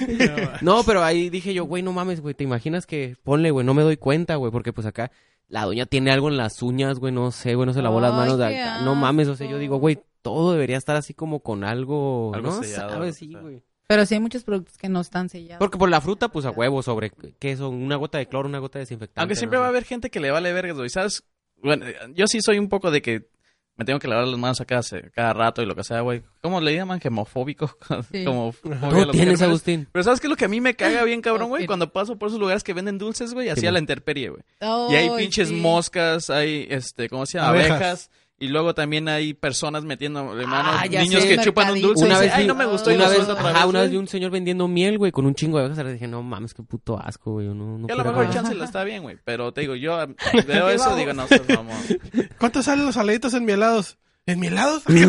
Speaker 2: No, pero ahí dije yo, güey, no mames, güey, ¿te imaginas que ponle, güey? No me doy cuenta, güey, porque pues acá la doña tiene algo en las uñas, güey, no sé, güey, no se lavó las
Speaker 4: Ay,
Speaker 2: manos de
Speaker 4: qué
Speaker 2: acá. No mames, o sea, yo
Speaker 4: asco.
Speaker 2: digo, güey, todo debería estar así como con algo,
Speaker 1: Algo
Speaker 2: no
Speaker 1: sellado,
Speaker 2: sabes,
Speaker 1: o
Speaker 2: sí,
Speaker 1: sea.
Speaker 2: güey.
Speaker 4: Pero sí hay muchos productos que no están sellados.
Speaker 2: Porque por la fruta, pues a huevo, sobre queso, una gota de cloro, una gota de desinfectante.
Speaker 1: Aunque siempre
Speaker 2: ¿no?
Speaker 1: va a haber gente que le vale vergas, güey. ¿Sabes? Bueno, eh, yo sí soy un poco de que me tengo que lavar las manos a cada, se- cada rato y lo que sea, güey. ¿Cómo le llaman? Gemofóbico.
Speaker 4: Sí.
Speaker 1: Como fobia a
Speaker 2: Tú
Speaker 1: los
Speaker 2: tienes,
Speaker 1: gérmenes.
Speaker 2: Agustín.
Speaker 1: Pero ¿sabes qué es lo que a mí me caga bien, cabrón, güey?
Speaker 4: Ok.
Speaker 1: Cuando paso por esos lugares que venden dulces, güey, así
Speaker 2: Sí,
Speaker 1: a la
Speaker 2: güey.
Speaker 1: interperie, güey. Y hay pinches moscas, hay, este, ¿cómo se llama?
Speaker 3: Abejas.
Speaker 1: Abejas. Y luego también hay personas metiendo manos,
Speaker 2: Ah, ya
Speaker 1: niños
Speaker 2: sé.
Speaker 1: que chupan un
Speaker 4: Mercadito.
Speaker 1: dulce
Speaker 2: Una
Speaker 1: y dicen,
Speaker 2: vez
Speaker 1: ay,
Speaker 2: vi-
Speaker 1: no me gustó y
Speaker 2: una
Speaker 1: lo
Speaker 2: vez,
Speaker 1: suelta otra
Speaker 2: ajá,
Speaker 1: vez, ¿eh?
Speaker 2: una vez vi
Speaker 1: güey".
Speaker 2: un señor vendiendo miel, güey, con un chingo de abejas. Le dije, no mames, qué puto asco, güey. yo No, no
Speaker 1: Que a lo
Speaker 2: puedo
Speaker 1: mejor el
Speaker 2: con eso".
Speaker 1: chance lo está bien, güey. Pero te digo, yo ah, veo eso digo, no, seas mamón.
Speaker 3: ¿Cuánto salen los aleditos en mielados? ¿En mielados? Todos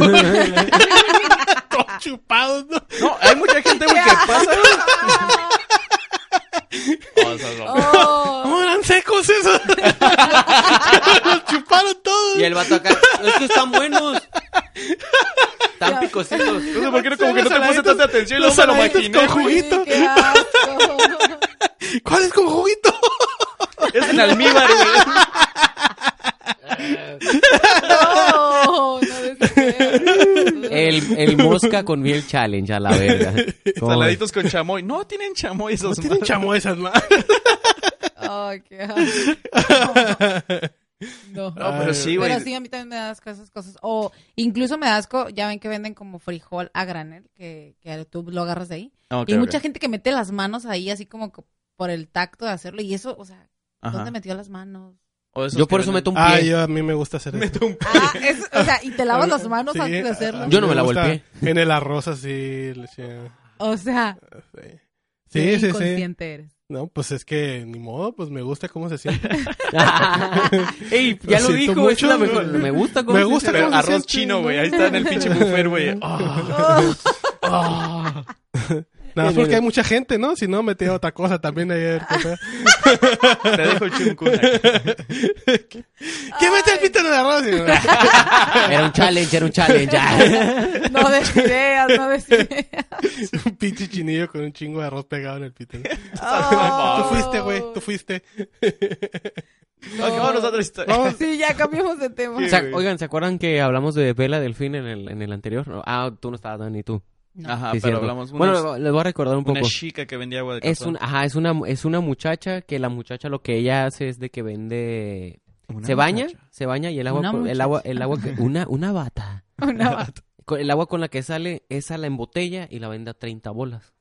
Speaker 3: chupados, ¿no?
Speaker 1: No, hay mucha gente, güey, que pasa. güey. O sea, no.
Speaker 5: Oh,
Speaker 3: ¿Cómo eran secos esos? los chuparon todos.
Speaker 2: Y el vato acá, es que están buenos. Están picositos.
Speaker 1: No sé por qué no- como que no te puse tanta atención y
Speaker 3: Los
Speaker 1: luego me lo
Speaker 3: saladitos
Speaker 1: imaginé.
Speaker 3: con
Speaker 1: güey.
Speaker 3: juguito.
Speaker 5: qué asco.
Speaker 3: ¿Cuál es con juguito?
Speaker 1: Es en almíbar, güey.
Speaker 5: No, no ves que
Speaker 2: El, el mosca con miel challenge a la verga. ¿Cómo ves?
Speaker 1: Saladitos con chamoy. No, tienen chamoy esos.
Speaker 3: Tienen
Speaker 1: madres.
Speaker 3: chamo esas, madres.
Speaker 5: Ay, qué asco. No.
Speaker 1: No, pero sí, güey.
Speaker 4: Pero sí, a mí también me da asco esas cosas. O incluso me da asco, ya ven que venden como frijol a granel, que, que tú lo agarras de ahí.
Speaker 1: Ah, Ok,
Speaker 4: y
Speaker 1: ok.
Speaker 4: mucha gente que mete las manos ahí así como co- por el tacto de hacerlo. Y eso, o sea,
Speaker 1: Ajá.
Speaker 4: ¿dónde metió las manos?
Speaker 1: O esos
Speaker 2: Yo
Speaker 1: que
Speaker 2: por eso
Speaker 1: venden-
Speaker 2: meto un pie.
Speaker 3: Ah, yo a mí me gusta hacer eso.
Speaker 4: Ah, es- o sea, y te lavas las manos
Speaker 3: Sí,
Speaker 4: antes de
Speaker 3: a
Speaker 4: hacerlo.
Speaker 3: mí
Speaker 2: Yo no me lavo el
Speaker 3: gusta En el arroz así. le eché-
Speaker 4: O sea,
Speaker 3: Sí,
Speaker 4: qué
Speaker 3: sí, sí.
Speaker 4: inconsciente eres.
Speaker 3: No, pues es que ni modo, pues me gusta cómo se siente.
Speaker 2: Ey, ya
Speaker 3: Lo
Speaker 2: lo,
Speaker 3: siento
Speaker 2: dijo,
Speaker 3: mucho,
Speaker 2: es la mejor-
Speaker 3: no.
Speaker 2: Me gusta cómo
Speaker 3: Me
Speaker 2: se
Speaker 3: gusta
Speaker 2: siente.
Speaker 1: Pero
Speaker 3: ¿Cómo se
Speaker 1: arroz
Speaker 3: siente?
Speaker 1: chino, güey. Ahí está en el pinche buffet, güey. Ah.
Speaker 4: Oh.
Speaker 2: Ah.
Speaker 3: Nada más porque hay mucha gente, ¿no? Si no, metí otra cosa también ayer. ¿qué tal?
Speaker 1: Te dejo el chuncuna.
Speaker 3: ¿Qué mete el pito en el arroz? Y no,
Speaker 2: Era un challenge, era un challenge. Ah.
Speaker 5: No des ideas, no des ideas.
Speaker 3: Un pinche chinillo con un chingo de arroz pegado en el pito. ¿no?
Speaker 5: Oh.
Speaker 3: Tú fuiste, güey, tú fuiste.
Speaker 1: Ok, vámonos a otra historia.
Speaker 3: Vamos.
Speaker 5: Sí, ya cambiamos de tema.
Speaker 2: O sea, oigan, ¿se acuerdan que hablamos de Vela Delfín en el, en el anterior? No, Ah, tú no estabas, Dani, tú.
Speaker 4: No.
Speaker 1: Ajá,
Speaker 2: Sí,
Speaker 1: Ah, pero
Speaker 2: cierto.
Speaker 1: hablamos de una-
Speaker 2: Bueno, les voy a recordar un poco.
Speaker 1: una chica que vendía agua de
Speaker 2: Es
Speaker 1: calzón.
Speaker 2: un, ajá, es una, es una muchacha que la muchacha lo que ella hace es de que vende, se baña, se baña y el agua,
Speaker 4: Una
Speaker 2: el
Speaker 4: muchacha.
Speaker 2: agua, el agua que, una, una bata.
Speaker 5: Una bata.
Speaker 2: co- el agua con la que sale, esa la embotella y la vende a 30 bolas.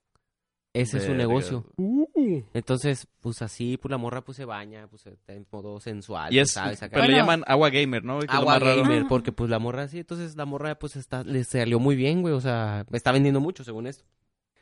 Speaker 2: Ese es su
Speaker 1: Verga.
Speaker 2: negocio.
Speaker 3: Uh,
Speaker 2: Entonces, pues así, pues la morra pues se baña, pues está en modo sensual,
Speaker 1: Y es,
Speaker 2: ¿sabes? Acá.
Speaker 1: pero le
Speaker 5: Bueno.
Speaker 1: llaman agua gamer, ¿no? Que es lo
Speaker 2: agua
Speaker 1: más raro.
Speaker 2: gamer,
Speaker 5: Ajá.
Speaker 2: porque pues la morra sí, entonces la morra pues está, le salió muy bien, güey, o sea, está vendiendo mucho según esto.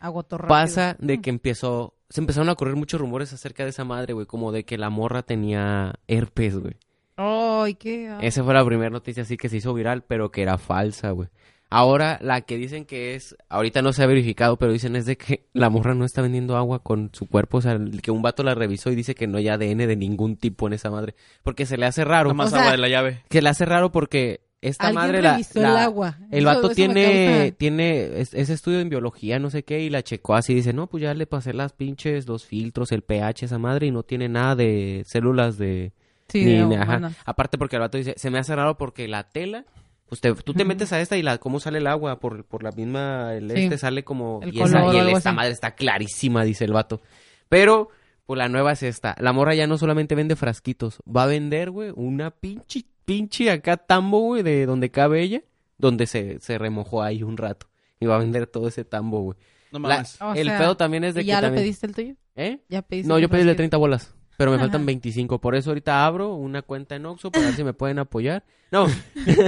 Speaker 4: Agotó rápido.
Speaker 2: Pasa de que empezó, se empezaron a correr muchos rumores acerca de esa madre, güey, como de que la morra tenía herpes, güey.
Speaker 4: Ay, qué.
Speaker 2: Esa fue la primera noticia así que se hizo viral, pero que era falsa, güey. Ahora, la que dicen que es, ahorita no se ha verificado, pero dicen es de que la morra no está vendiendo agua con su cuerpo, o sea, el que un vato la revisó y dice que no hay ADN de ningún tipo en esa madre, porque se le hace raro.
Speaker 1: Nada más
Speaker 4: O sea,
Speaker 1: agua de la llave.
Speaker 2: Que le hace raro porque esta
Speaker 4: Alguien
Speaker 2: madre la-
Speaker 4: revisó el
Speaker 2: la-
Speaker 4: agua.
Speaker 2: el
Speaker 5: Eso-
Speaker 2: vato
Speaker 5: eso me
Speaker 2: tiene,
Speaker 5: causa-
Speaker 2: tiene es, es estudio en biología, no sé qué, y la checó así, dice, no, pues ya le pasé las pinches, los filtros, el pH, esa madre, y no tiene nada de células de...
Speaker 4: Sí,
Speaker 2: ni-
Speaker 4: de
Speaker 2: ni- ajá.
Speaker 4: humana.
Speaker 2: Aparte porque el vato dice, se me hace raro porque la tela, pues te- tú te
Speaker 4: Ujú.
Speaker 2: metes a esta y la, cómo sale el agua, por, por la misma, el
Speaker 4: Sí.
Speaker 2: este sale como...
Speaker 4: El
Speaker 2: y esa-
Speaker 4: color
Speaker 2: y
Speaker 4: o
Speaker 2: el-
Speaker 4: algo
Speaker 2: esta
Speaker 4: así.
Speaker 2: madre está clarísima, dice el vato. Pero... Pues la nueva es esta. La morra ya no solamente vende frasquitos. Va a vender, güey, una pinche, pinche acá tambo, güey, de donde cabe ella donde se, se remojó ahí un rato. Y va a vender todo ese tambo, güey.
Speaker 1: No
Speaker 2: La-
Speaker 1: mames.
Speaker 4: O
Speaker 2: el
Speaker 4: sea,
Speaker 2: pedo también es de
Speaker 4: ¿Y
Speaker 2: que
Speaker 4: ya lo
Speaker 2: también-
Speaker 4: pediste el tuyo?
Speaker 2: ¿Eh?
Speaker 4: ¿Ya pediste
Speaker 2: No,
Speaker 4: el
Speaker 2: yo pedí el de
Speaker 4: frasquito?
Speaker 2: 30 bolas, pero me
Speaker 4: Ajá.
Speaker 2: faltan 25. Por eso ahorita abro una cuenta en Oxxo para ver si me pueden apoyar. No.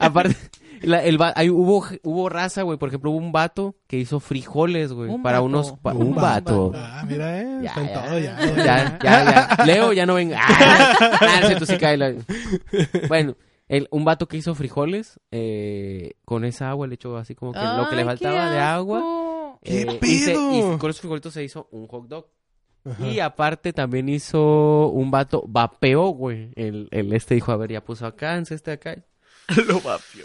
Speaker 2: Aparte, la- el va- ahí hubo, hubo raza, güey. Por ejemplo, hubo un vato que hizo frijoles, güey.
Speaker 4: Un
Speaker 2: para
Speaker 4: vato.
Speaker 2: unos... pa-
Speaker 3: Un
Speaker 2: un vato.
Speaker 3: ah, mira, eh.
Speaker 2: Ya,
Speaker 3: está en
Speaker 2: ya.
Speaker 3: todo, ya.
Speaker 2: Ya, ya, ya. Leo, ya no venga. Ah, ah, sí, tú sí cáela. Bueno, el, un vato que hizo frijoles, eh, con esa agua le echó así como que lo que le
Speaker 5: Ay,
Speaker 2: faltaba
Speaker 5: qué
Speaker 2: de agua.
Speaker 5: asco.
Speaker 2: eh,
Speaker 3: ¡Qué
Speaker 2: y se-
Speaker 3: pedo!
Speaker 2: Y, con esos frijolitos se hizo un hot dog.
Speaker 3: Ajá.
Speaker 2: Y aparte también hizo un vato vapeó, güey. El, el este dijo, a ver, ya puso acá, en este acá.
Speaker 1: lo vapió.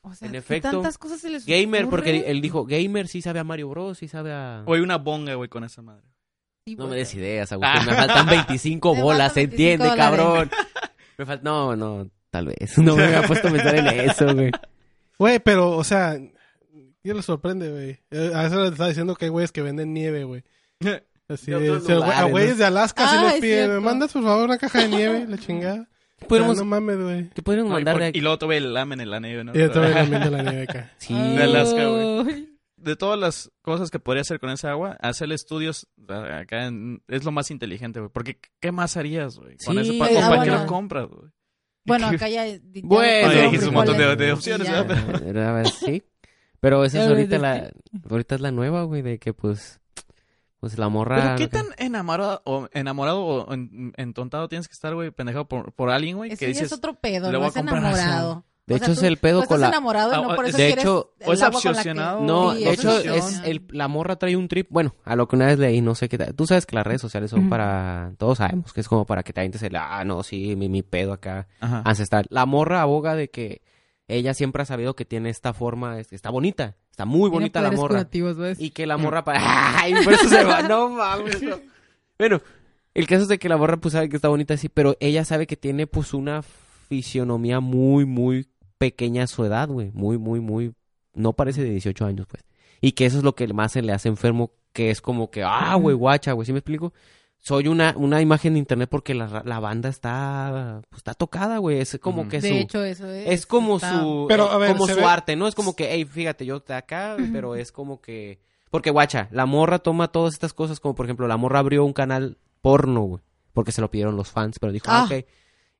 Speaker 4: O sea,
Speaker 2: En
Speaker 4: ¿qué
Speaker 2: efecto,
Speaker 4: tantas cosas se les
Speaker 2: Gamer, porque
Speaker 4: ocurre?
Speaker 2: él dijo, gamer sí sabe a Mario Bros, sí sabe a...
Speaker 1: Güey, una bonga, güey, con esa madre.
Speaker 4: Sí,
Speaker 2: No me
Speaker 4: güey.
Speaker 2: des ideas, Agustín. Me faltan 25
Speaker 4: Me
Speaker 2: bolas,
Speaker 4: faltan 25
Speaker 2: ¿entiende,
Speaker 4: dólares.
Speaker 2: cabrón? Me falta... No, no, tal vez. No me había puesto a pensar en eso, güey.
Speaker 3: Güey, pero, o sea, ¿qué le sorprende, güey? Eh, A veces les estaba diciendo que hay güeyes que venden nieve, güey. Así,
Speaker 2: De
Speaker 3: de-
Speaker 2: otros
Speaker 3: o sea, güey,
Speaker 2: lugares,
Speaker 3: a
Speaker 2: ¿no?
Speaker 3: güeyes de Alaska sí
Speaker 5: Ah,
Speaker 3: les
Speaker 5: es
Speaker 3: piden, me
Speaker 5: cierto.
Speaker 3: mandas por favor una caja de nieve, la chingada.
Speaker 2: ¿Qué
Speaker 3: Pero
Speaker 2: podríamos,
Speaker 3: no mames, güey.
Speaker 2: qué podríamos
Speaker 1: No, y,
Speaker 2: mandar
Speaker 1: por-
Speaker 2: de
Speaker 1: y
Speaker 2: aquí?
Speaker 1: luego todavía el lamen en la nieve, ¿no?
Speaker 3: Y yo también también de la nieve acá.
Speaker 2: Sí.
Speaker 1: De Alaska,
Speaker 5: Ay.
Speaker 1: de todas las cosas que podría hacer con esa agua, hacer estudios a- acá en- es lo más inteligente, güey. Porque, ¿qué más harías, güey? Con
Speaker 2: Sí,
Speaker 1: ese pan,
Speaker 4: eh,
Speaker 1: ¿con
Speaker 4: ah,
Speaker 1: ¿para qué
Speaker 4: bueno.
Speaker 1: lo compras, güey?
Speaker 4: Bueno,
Speaker 1: ¿Qué-
Speaker 4: acá ya. ya
Speaker 2: Bueno,
Speaker 4: con
Speaker 2: ya
Speaker 4: los
Speaker 2: dijiste un
Speaker 4: frijoles
Speaker 2: montón de-
Speaker 1: de
Speaker 4: y
Speaker 1: opciones,
Speaker 4: ya.
Speaker 1: ¿verdad?
Speaker 2: Eh, a ver, sí. Pero esa es
Speaker 5: Ya ves,
Speaker 2: ahorita
Speaker 5: es
Speaker 2: la... Ahorita es la nueva, güey, de que pues... Pues la
Speaker 1: Pero,
Speaker 2: morra...
Speaker 1: ¿qué
Speaker 2: acá.
Speaker 1: tan enamorado o, enamorado o en- entontado tienes que estar, güey, pendejado por, por alguien, güey?
Speaker 4: Eso
Speaker 1: Que
Speaker 4: ya es
Speaker 1: dices,
Speaker 4: otro pedo,
Speaker 1: le
Speaker 4: no
Speaker 1: voy a
Speaker 4: es
Speaker 1: comprar eso.
Speaker 4: enamorado.
Speaker 2: De
Speaker 4: O
Speaker 2: hecho,
Speaker 4: sea,
Speaker 2: es
Speaker 4: tú-
Speaker 2: el pedo
Speaker 4: tú
Speaker 2: con
Speaker 4: estás
Speaker 2: la...
Speaker 4: enamorado y
Speaker 1: Ah,
Speaker 4: no por
Speaker 1: de
Speaker 4: eso
Speaker 2: de
Speaker 4: quieres
Speaker 2: hecho,
Speaker 1: o es
Speaker 4: el agua con la que-
Speaker 1: obsesionado.
Speaker 2: No,
Speaker 4: Sí,
Speaker 2: de
Speaker 4: es
Speaker 2: hecho,
Speaker 1: obsesión.
Speaker 2: es el, la morra trae un trip. Bueno, a lo que una vez leí, no sé qué tal. Tú sabes que las redes sociales son
Speaker 4: Ujú.
Speaker 2: para. Todos sabemos que es como para que te avientes el. Ah, no, sí, mi, mi pedo acá.
Speaker 1: Ajá.
Speaker 2: Ancestral. La morra aboga de que ella siempre ha sabido que tiene esta forma. es- Está bonita. Está muy
Speaker 5: Tiene
Speaker 2: bonita la
Speaker 5: poderes
Speaker 2: morra.
Speaker 5: curativos, ¿ves?
Speaker 2: Y que la morra para... ¡Ay! Por eso se va. No mames. no. Bueno, el caso es de que la morra pues sabe que está bonita así, pero ella sabe que tiene pues una fisionomía muy, muy pequeña a su edad, güey. Muy, muy, muy... No parece de 18 años, pues. Y que eso es lo que más se le hace enfermo, que es como que, ah, güey, guacha, güey, ¿sí me explico? Soy una, una imagen de internet porque la, ra- la banda está, pues, está tocada, güey. Es como
Speaker 1: Ujú.
Speaker 2: que su...
Speaker 4: De hecho, eso
Speaker 5: Eh,
Speaker 4: es.
Speaker 2: Es como
Speaker 4: está-
Speaker 2: su
Speaker 3: Pero,
Speaker 2: eh,
Speaker 3: a ver,
Speaker 2: como
Speaker 3: se
Speaker 2: su
Speaker 3: ve-
Speaker 2: arte, ¿no? Es como que, hey, fíjate, yo te acá, pero es como que... Porque, guacha, la morra toma todas estas cosas, como por ejemplo, la morra abrió un canal porno, güey, porque se lo pidieron los fans, pero dijo, ah,
Speaker 5: Ah.
Speaker 2: ok.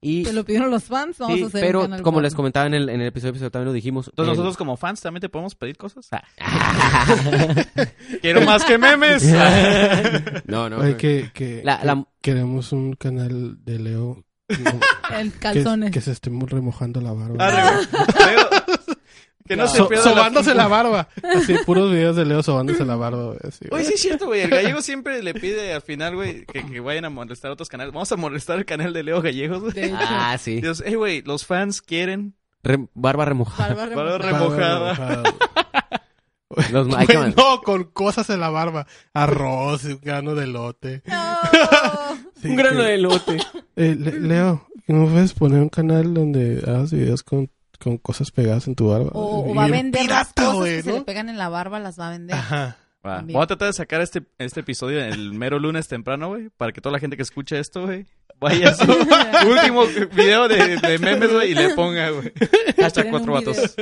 Speaker 2: Y,
Speaker 5: Te lo pidieron los fans, vamos
Speaker 2: sí,
Speaker 5: a hacer
Speaker 2: pero
Speaker 5: un canal
Speaker 2: como
Speaker 5: porno.
Speaker 2: les comentaba en el, en el episodio, episodio también lo dijimos.
Speaker 1: Entonces,
Speaker 2: el-
Speaker 1: nosotros como fans también te podemos pedir cosas. Ah. Quiero más que memes. Ah.
Speaker 2: No, no.
Speaker 3: Oye,
Speaker 2: güey.
Speaker 3: que, que,
Speaker 2: La-
Speaker 3: que
Speaker 2: la-
Speaker 3: queremos un canal de Leo no,
Speaker 5: En
Speaker 3: que,
Speaker 5: calzones.
Speaker 3: que se esté remojando la barba.
Speaker 1: Arre, güey. Leo, que no se
Speaker 3: So-
Speaker 1: pierda la-
Speaker 3: sobándose la barba. Así, puros videos de Leo sobándose la barba. güey, así, güey.
Speaker 1: Oye, sí es cierto, güey. El gallego siempre le pide al final, güey, que, que vayan a molestar a otros canales. Vamos a molestar el canal de Leo Gallegos, güey.
Speaker 5: De hecho.
Speaker 2: Ah, sí.
Speaker 1: Dios, hey, güey, los fans quieren
Speaker 2: Re- barba remojada.
Speaker 5: Barba
Speaker 1: Barba
Speaker 5: remojada.
Speaker 1: remojada.
Speaker 3: Barba
Speaker 2: Los, Pues, hay que
Speaker 3: Güey,
Speaker 2: man-
Speaker 3: no, con cosas en la barba. Arroz, un grano de lote.
Speaker 5: No.
Speaker 3: Sí,
Speaker 2: Un grano
Speaker 3: que-
Speaker 2: de elote.
Speaker 3: Eh, Le- Leo, ¿no puedes poner un canal donde hagas videos con, con cosas pegadas en tu barba?
Speaker 4: O, o
Speaker 3: Bien
Speaker 4: va a vender las
Speaker 3: pirata,
Speaker 4: cosas
Speaker 3: güey,
Speaker 4: que se
Speaker 3: ¿no?
Speaker 4: le pegan en la barba, las va a vender.
Speaker 3: Ajá.
Speaker 1: Va,
Speaker 4: También.
Speaker 1: Voy a tratar de sacar este, este episodio el mero lunes temprano, güey, para que toda la gente que escuche esto, güey, vaya a su último video de, de memes, güey, y le ponga, güey. Hashtag
Speaker 4: Esperen
Speaker 1: cuatro
Speaker 4: un video.
Speaker 1: vatos.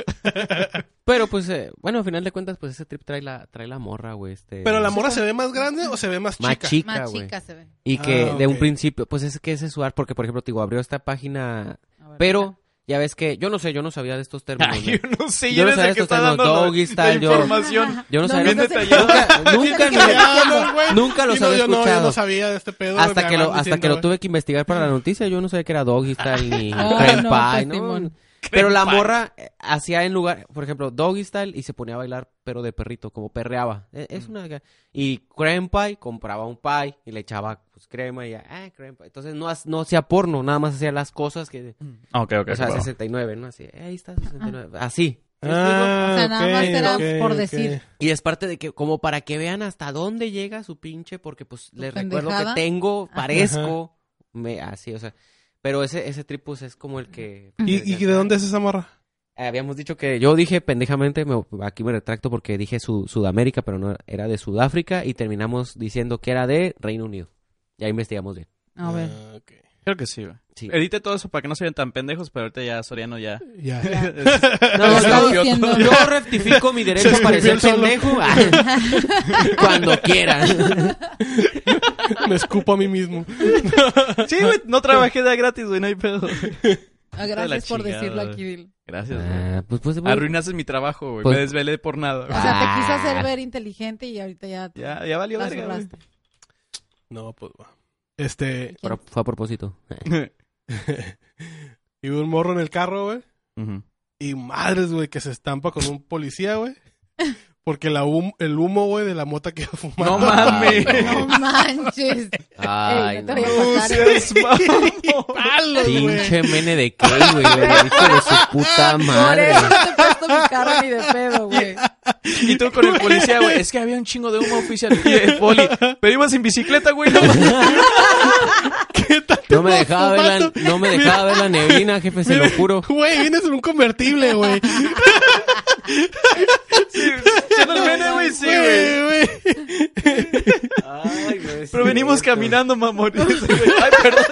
Speaker 2: Pero pues, eh, bueno, al final de cuentas, pues ese trip trae la, trae la morra, güey. Este,
Speaker 3: Pero la morra se ve más grande o se ve más
Speaker 2: más
Speaker 3: chica.
Speaker 2: chica,
Speaker 4: Más
Speaker 2: güey.
Speaker 4: chicas se ven.
Speaker 2: Y que
Speaker 3: Ah,
Speaker 2: de un
Speaker 3: ok.
Speaker 2: principio, pues es que ese suar, porque por ejemplo, te digo, abrió esta página,
Speaker 4: A ver,
Speaker 2: pero ya ves que yo no sé, yo no sabía de estos términos.
Speaker 1: Ay,
Speaker 2: ¿no?
Speaker 1: yo no sé,
Speaker 2: Yo
Speaker 1: yo
Speaker 2: no
Speaker 1: no sé
Speaker 2: sabía
Speaker 1: que
Speaker 2: esto,
Speaker 1: está
Speaker 2: está
Speaker 1: dando
Speaker 2: dando
Speaker 1: la-
Speaker 2: doggy
Speaker 1: la
Speaker 2: style, yo-
Speaker 1: información.
Speaker 2: Yo no
Speaker 4: No,
Speaker 2: sabía.
Speaker 4: no
Speaker 1: Bien
Speaker 4: sé.
Speaker 1: detallado.
Speaker 2: Nunca, nunca,
Speaker 4: Yo sabía.
Speaker 2: me-
Speaker 3: Ya, no, güey.
Speaker 2: nunca los
Speaker 3: Sí, no,
Speaker 2: había
Speaker 3: yo no, yo
Speaker 2: escuchado.
Speaker 3: no sabía de este pedo. güey,
Speaker 2: hasta
Speaker 3: me
Speaker 2: que lo,
Speaker 3: acaban
Speaker 2: hasta que lo
Speaker 3: diciendo,
Speaker 2: tuve que investigar para la noticia, yo no sabía que era doggy style ni
Speaker 4: Oh,
Speaker 2: creme
Speaker 4: no,
Speaker 2: pie,
Speaker 4: testimonio.
Speaker 2: ¿no? Pero la
Speaker 1: pie.
Speaker 2: morra eh, hacía en lugar, por ejemplo, doggy style y se ponía a bailar, pero de perrito, como perreaba. E- Es una y creme pie compraba un pie y le echaba pues crema y ya, ah, creme pie. Entonces no ha- no hacía porno, nada más hacía las cosas que
Speaker 1: Ah, Ok, ok.
Speaker 2: o sea,
Speaker 1: va.
Speaker 2: 69, ¿no? Así, "Eh, ahí está 69. Así.
Speaker 3: güey. Ah,
Speaker 4: O sea, nada más
Speaker 3: ok,
Speaker 4: era
Speaker 3: ok,
Speaker 4: por
Speaker 3: ok.
Speaker 4: decir.
Speaker 2: Y es parte de que, como para que vean hasta dónde llega su pinche, porque pues les recuerdo
Speaker 4: pendejada.
Speaker 2: que tengo,
Speaker 4: Ajá.
Speaker 2: parezco, me, así, o sea. Pero ese, ese trip, pues, es como el que...
Speaker 3: ¿Y, y de dónde es esa morra?
Speaker 2: Eh, habíamos dicho que yo dije pendejamente, me- aquí me retracto porque dije Su- Sudamérica, pero no, era de Sudáfrica y terminamos diciendo que era de Reino Unido. Ya investigamos bien.
Speaker 4: A ver.
Speaker 3: Ah, ok.
Speaker 1: Creo que sí, güey.
Speaker 2: Sí.
Speaker 1: Edite todo eso para que no se vean tan pendejos, pero ahorita ya Soriano ya.
Speaker 3: Ya.
Speaker 2: No,
Speaker 4: Lo
Speaker 2: no,
Speaker 4: está
Speaker 2: yo-
Speaker 4: diciendo.
Speaker 2: yo rectifico mi derecho
Speaker 3: Se
Speaker 2: a parecer
Speaker 3: escupió el
Speaker 2: pendejo ah, cuando quieran.
Speaker 3: Me escupo a mí mismo.
Speaker 1: Sí, güey, no trabajé de gratis, güey, no hay pedo.
Speaker 4: Ah,
Speaker 1: de la
Speaker 4: Gracias por
Speaker 1: chingada,
Speaker 4: decirlo
Speaker 1: güey.
Speaker 4: aquí, Dil.
Speaker 1: Gracias, güey.
Speaker 2: Ah, pues, pues,
Speaker 1: Arruinaste mi trabajo, güey.
Speaker 2: Pues-
Speaker 1: Me desvelé por nada,
Speaker 4: O
Speaker 1: güey.
Speaker 4: sea, te quise
Speaker 2: Ah.
Speaker 4: hacer ver inteligente y ahorita ya.
Speaker 1: Ya, ya valió
Speaker 4: la
Speaker 1: verga, güey.
Speaker 4: zurraste.
Speaker 3: No, pues va. Este.
Speaker 2: Pero fue a propósito.
Speaker 3: Iba un morro en el carro, güey.
Speaker 1: Ujú.
Speaker 3: Y madres, güey, que se estampa con un policía, güey. Porque la hum- el humo, güey, de la mota que fumaba.
Speaker 1: No mames.
Speaker 4: No manches.
Speaker 2: Ay,
Speaker 4: Ey,
Speaker 2: no.
Speaker 4: no te voy a pasar,
Speaker 1: Sí,
Speaker 4: eh.
Speaker 1: es mamón.
Speaker 3: Palos, güey.
Speaker 2: Pinche mene de qué, güey. Le dicho de su puta
Speaker 4: Por
Speaker 2: madre.
Speaker 4: eso no te he puesto mi carro ni de pedo, güey.
Speaker 1: Y tú con el policía, güey. Es que había un chingo de humo oficial. Y el poli. Pero ibas en bicicleta, güey. No,
Speaker 2: No me dejaba ver la,
Speaker 3: fumando.
Speaker 2: no me dejaba ver la neblina, jefe, se lo juro.
Speaker 3: Güey, vienes en un convertible, güey.
Speaker 1: siendo el mene, güey, sí, güey.
Speaker 3: güey.
Speaker 1: Pero venimos caminando, mamón. Y ese güey, Ay, perdón.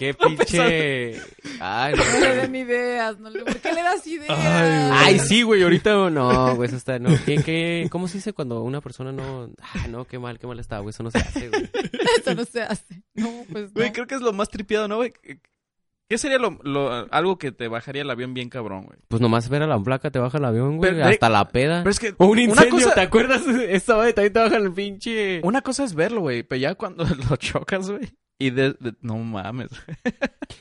Speaker 2: Qué pinche. Ay, no.
Speaker 4: No le den ideas. No le... ¿Por qué le das ideas?
Speaker 3: Ay, güey.
Speaker 2: Ay, sí, güey, ahorita no, güey, eso está, no. ¿Qué, qué? ¿Cómo se dice cuando una persona no. Ah, no, qué mal, qué mal está, güey, eso no se hace, güey.
Speaker 4: Eso no se hace. No, pues no.
Speaker 1: Güey, creo que es lo más tripiado, ¿no, güey? ¿Qué sería lo, lo- algo que te bajaría el avión bien cabrón, güey?
Speaker 2: Pues nomás ver a la placa, te baja el avión, güey,
Speaker 1: Pero, güey,
Speaker 2: hasta la peda.
Speaker 1: Pero es que
Speaker 2: O un incendio,
Speaker 1: cosa-
Speaker 2: ¿te acuerdas? Esta vez también te baja el pinche.
Speaker 1: Una cosa es verlo, güey, pero ya cuando lo chocas, güey, y de, de- no mames.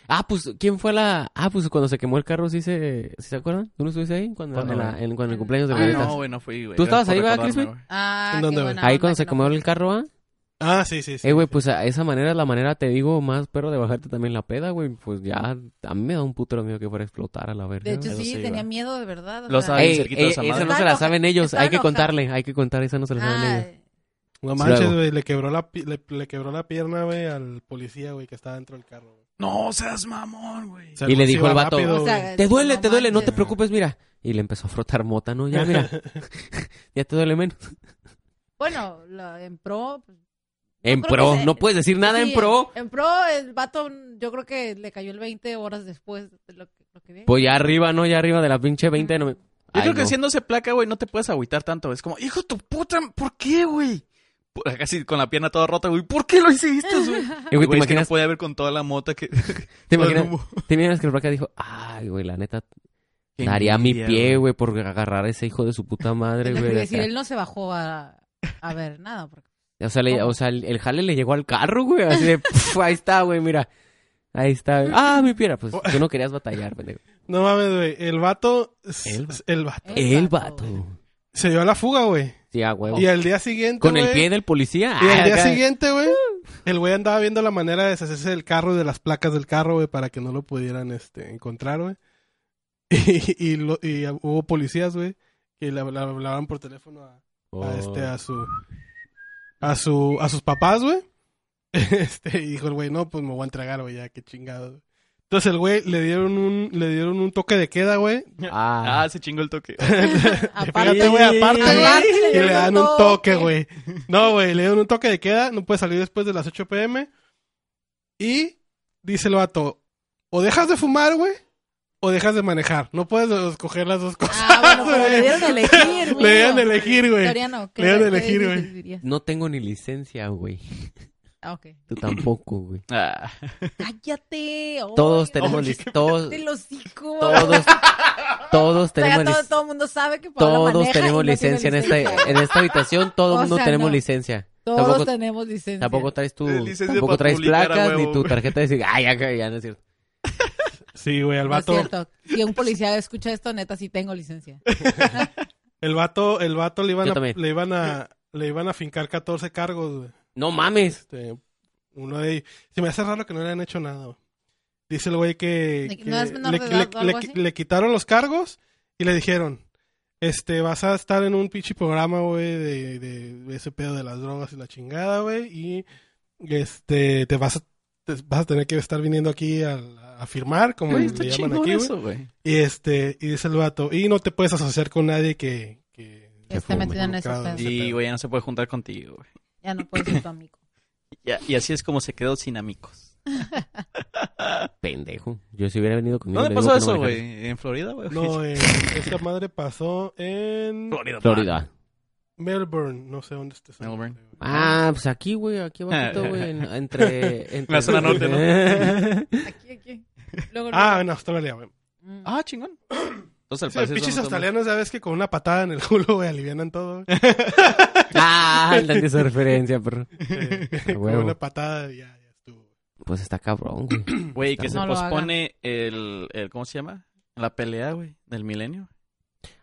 Speaker 2: Ah, pues, ¿quién fue la...? Ah, pues cuando se quemó el carro, ¿sí se, ¿sí se acuerdan? ¿Tú no estuviste ahí? Cuando,
Speaker 1: ¿Cuándo,
Speaker 2: en, la-
Speaker 1: güey?
Speaker 2: en- cuando el cumpleaños de
Speaker 4: Ah,
Speaker 1: Ay,
Speaker 2: Violetas.
Speaker 1: no, güey, no fui, güey.
Speaker 2: ¿Tú estabas
Speaker 1: Gracias por
Speaker 2: ahí, verdad,
Speaker 1: recordarme, güey?
Speaker 2: Chris,
Speaker 4: Ah,
Speaker 3: ¿En
Speaker 4: qué
Speaker 3: dónde,
Speaker 4: buena
Speaker 2: ahí
Speaker 4: onda
Speaker 2: cuando
Speaker 4: que
Speaker 2: se
Speaker 4: no
Speaker 2: quemó el
Speaker 4: fuiste.
Speaker 2: carro, ¿ah?
Speaker 3: Ah, sí, sí, sí.
Speaker 2: eh, güey, pues a esa manera, la manera, te digo, más pero de bajarte también la peda, güey. Pues ya, a mí me da un puto miedo que fuera a explotar a la verga.
Speaker 4: De hecho,
Speaker 1: Eso
Speaker 4: sí,
Speaker 1: sí,
Speaker 4: tenía
Speaker 1: güey.
Speaker 4: miedo, de verdad. o
Speaker 1: Lo
Speaker 4: sea.
Speaker 1: sabe.
Speaker 2: Ey,
Speaker 1: bien cerquita
Speaker 2: ey,
Speaker 1: esa madre.
Speaker 2: esa no
Speaker 4: Está
Speaker 2: se la
Speaker 4: enoja-
Speaker 2: saben ellos,
Speaker 4: está Ah,
Speaker 2: hay que
Speaker 4: enojada.
Speaker 2: contarle, hay que contar, esa no se la saben ellos.
Speaker 4: Ay,
Speaker 3: No manches,
Speaker 2: Luego.
Speaker 3: güey. Le quebró la, pi- le, le quebró la pierna, güey, al policía, güey, que estaba dentro del carro. güey.
Speaker 1: No seas mamón, güey.
Speaker 3: O sea,
Speaker 2: Y le
Speaker 3: güey,
Speaker 2: dijo
Speaker 3: iba
Speaker 2: el vato,
Speaker 3: rápido,
Speaker 4: o
Speaker 3: güey.
Speaker 4: sea,
Speaker 2: Te duele, te duele, no te
Speaker 4: manches.
Speaker 2: preocupes, mira. Y le empezó a frotar mota, ¿no? Ya, mira, ya te duele menos.
Speaker 4: Bueno, la- en pro. pues,
Speaker 2: En
Speaker 4: creo que
Speaker 2: pro,
Speaker 4: se-
Speaker 2: no puedes decir nada
Speaker 4: sí, eh.
Speaker 2: en pro.
Speaker 4: En pro, el vato, yo creo que le cayó el 20 horas después de lo que, lo que vi.
Speaker 2: Pues ya arriba, ¿no? Ya arriba de la pinche 20 de noviembre.
Speaker 1: Yo
Speaker 2: Ay,
Speaker 1: creo que
Speaker 2: no.
Speaker 1: haciéndose placa, güey, no te puedes agüitar tanto. Es como, hijo de tu puta, ¿por qué, güey? Por- Casi con la pierna toda rota, güey. ¿Por qué lo hiciste, güey?
Speaker 2: Y, Eh, güey,
Speaker 1: Güey, es que
Speaker 2: ¿te,
Speaker 1: no
Speaker 2: imaginas,
Speaker 1: puede haber con toda la mota que...
Speaker 2: te,
Speaker 1: todo el
Speaker 2: imaginas,
Speaker 1: humo.
Speaker 2: te imaginas que el placa dijo, ay, güey, la neta,
Speaker 1: Qué
Speaker 2: daría mi
Speaker 1: envidia,
Speaker 2: pie, güey, por agarrar a ese hijo de su puta madre,
Speaker 4: Es lo que
Speaker 2: güey.
Speaker 4: iba a
Speaker 2: de
Speaker 4: decir,
Speaker 2: acá".
Speaker 4: él no se bajó a, a ver nada. Porque...
Speaker 2: O sea, le- o sea, el, el jale le llegó al carro, güey, así de, "Pf, ahí está, güey, mira. Ahí está. güey. Ah, mi pierna, pues tú no querías batallar, pendejo.
Speaker 3: No mames, güey. El vato. s-
Speaker 2: El
Speaker 3: El,
Speaker 2: vato.
Speaker 3: vato.
Speaker 4: El
Speaker 2: El
Speaker 4: vato,
Speaker 2: vato.
Speaker 3: Se dio a la fuga, güey.
Speaker 2: Sí, a huevo.
Speaker 3: Y al día siguiente.
Speaker 2: Oh. Con el
Speaker 3: güey,
Speaker 2: pie del policía.
Speaker 3: Y al
Speaker 2: ah,
Speaker 3: día
Speaker 2: acá.
Speaker 3: siguiente, güey, el güey andaba viendo la manera de deshacerse del carro y de las placas del carro, güey, para que no lo pudieran este, encontrar, güey. Y, y lo- y hubo policías, güey, que le, habla- hablaban por teléfono a,
Speaker 2: Oh.
Speaker 3: a este, a su, a su, a sus papás, güey. Este, y dijo el güey, no, pues me voy a entregar, güey, ya, qué chingado. Entonces el güey le dieron un, le dieron un toque de queda, güey.
Speaker 2: Ah.
Speaker 1: Ah, se chingó el toque.
Speaker 3: Fíjate, güey, aparte,
Speaker 4: Aparte,
Speaker 3: güey.
Speaker 4: le
Speaker 3: Y le dan un
Speaker 4: dieron
Speaker 3: toque,
Speaker 4: toque.
Speaker 3: güey. No, güey, le dieron un toque de queda. No puede salir después de las 8 pm. Y dice el vato: o dejas de fumar, güey, o dejas de manejar. No puedes escoger las dos cosas.
Speaker 4: Ah, bueno, pero le
Speaker 3: güey.
Speaker 4: dieron a elegir, güey.
Speaker 3: Le dieron a elegir, güey.
Speaker 4: Soriano, ¿qué-
Speaker 3: Le dieron a
Speaker 4: qué
Speaker 3: elegir, güey.
Speaker 4: dirías?
Speaker 2: No tengo ni licencia, güey.
Speaker 4: Ah, ok.
Speaker 2: Tú tampoco, güey.
Speaker 1: Ah.
Speaker 4: Cállate.
Speaker 2: Todos
Speaker 4: oye,
Speaker 2: tenemos
Speaker 1: oye,
Speaker 2: lic- todos,
Speaker 4: Te los hocico.
Speaker 2: todos, todos
Speaker 4: O sea,
Speaker 2: tenemos
Speaker 4: todo,
Speaker 2: lic-
Speaker 4: todo el mundo sabe que Paola
Speaker 2: todos
Speaker 4: maneja
Speaker 2: tenemos
Speaker 4: y no tiene
Speaker 2: licencia en esta,
Speaker 4: licencia.
Speaker 2: en esta habitación, todo
Speaker 4: O
Speaker 2: el mundo
Speaker 4: sea,
Speaker 2: tenemos
Speaker 4: no.
Speaker 2: licencia.
Speaker 4: Todos
Speaker 2: tampoco-
Speaker 4: tenemos licencia.
Speaker 2: Tampoco traes tu,
Speaker 1: Eh, licencia
Speaker 2: tampoco
Speaker 1: para
Speaker 2: traes
Speaker 1: publicar, a
Speaker 2: placas
Speaker 1: huevo,
Speaker 2: ni tu
Speaker 1: güey.
Speaker 2: tarjeta de cigarro. Ah, ya, ya, ya, no es cierto.
Speaker 3: Sí, güey, al
Speaker 4: No es
Speaker 3: vato.
Speaker 4: cierto. Si un policía escucha esto, neta, sí tengo licencia.
Speaker 3: El vato, el vato le iban,
Speaker 2: Yo
Speaker 3: a,
Speaker 2: también.
Speaker 3: le iban a, le iban a fincar 14 cargos, güey.
Speaker 2: No mames.
Speaker 3: Este, uno de ellos. Se me hace raro que no le han hecho nada. güey. Dice el güey
Speaker 4: De
Speaker 3: que,
Speaker 4: que
Speaker 3: que
Speaker 4: no es menor
Speaker 3: le,
Speaker 4: de edad
Speaker 3: le-
Speaker 4: o algo
Speaker 3: le-
Speaker 4: así.
Speaker 3: le quitaron los cargos y le dijeron, este, vas a estar en un pinche programa, güey, de, de ese pedo de las drogas y la chingada, güey, y este, te vas a, te vas a tener que estar viniendo aquí a, a firmar, como
Speaker 1: Güey,
Speaker 3: le
Speaker 1: está
Speaker 3: llaman
Speaker 1: chingón
Speaker 3: aquí, güey.
Speaker 1: eso, güey.
Speaker 3: Y este, y dice el vato, y no te puedes asociar con nadie que... que
Speaker 4: Que esté
Speaker 2: fue
Speaker 4: metido en esos
Speaker 3: involucrado en
Speaker 4: pedos.
Speaker 3: ese
Speaker 1: Sí,
Speaker 3: pedo".
Speaker 1: güey, ya no se puede juntar contigo, güey.
Speaker 4: Ya no puedes ser tu amigo.
Speaker 1: Y a- Y, así es como se quedó sin amigos.
Speaker 2: Pendejo. Yo si hubiera venido conmigo.
Speaker 1: ¿Dónde
Speaker 2: le digo
Speaker 1: pasó
Speaker 2: que no
Speaker 1: eso,
Speaker 2: manejas.
Speaker 1: güey? ¿En Florida, güey?
Speaker 3: No, eh, esta madre pasó en...
Speaker 1: Florida.
Speaker 2: Florida.
Speaker 3: Melbourne, no sé dónde está. esa
Speaker 1: Melbourne.
Speaker 3: madre, güey.
Speaker 2: Ah, pues aquí, güey, aquí abajito, güey, en- entre, entre...
Speaker 1: La zona norte, ¿no?
Speaker 4: Aquí, aquí. Luego,
Speaker 3: Ah, en Australia, güey.
Speaker 4: luego. Mm.
Speaker 1: Ah, chingón. Entonces, al
Speaker 3: Sí,
Speaker 1: parecer
Speaker 3: pinches
Speaker 1: son- son-
Speaker 3: australianos, ya ves que con una patada en el culo, güey, alivianan todo. güey.
Speaker 2: Ah, entendí esa referencia, perro.
Speaker 3: Eh, con
Speaker 2: huevo.
Speaker 3: una patada, ya, ya estuvo.
Speaker 2: Pues está cabrón, güey.
Speaker 1: Güey, que se
Speaker 4: No lo
Speaker 1: pospone el, el- ¿Cómo se llama? La pelea, güey, del milenio.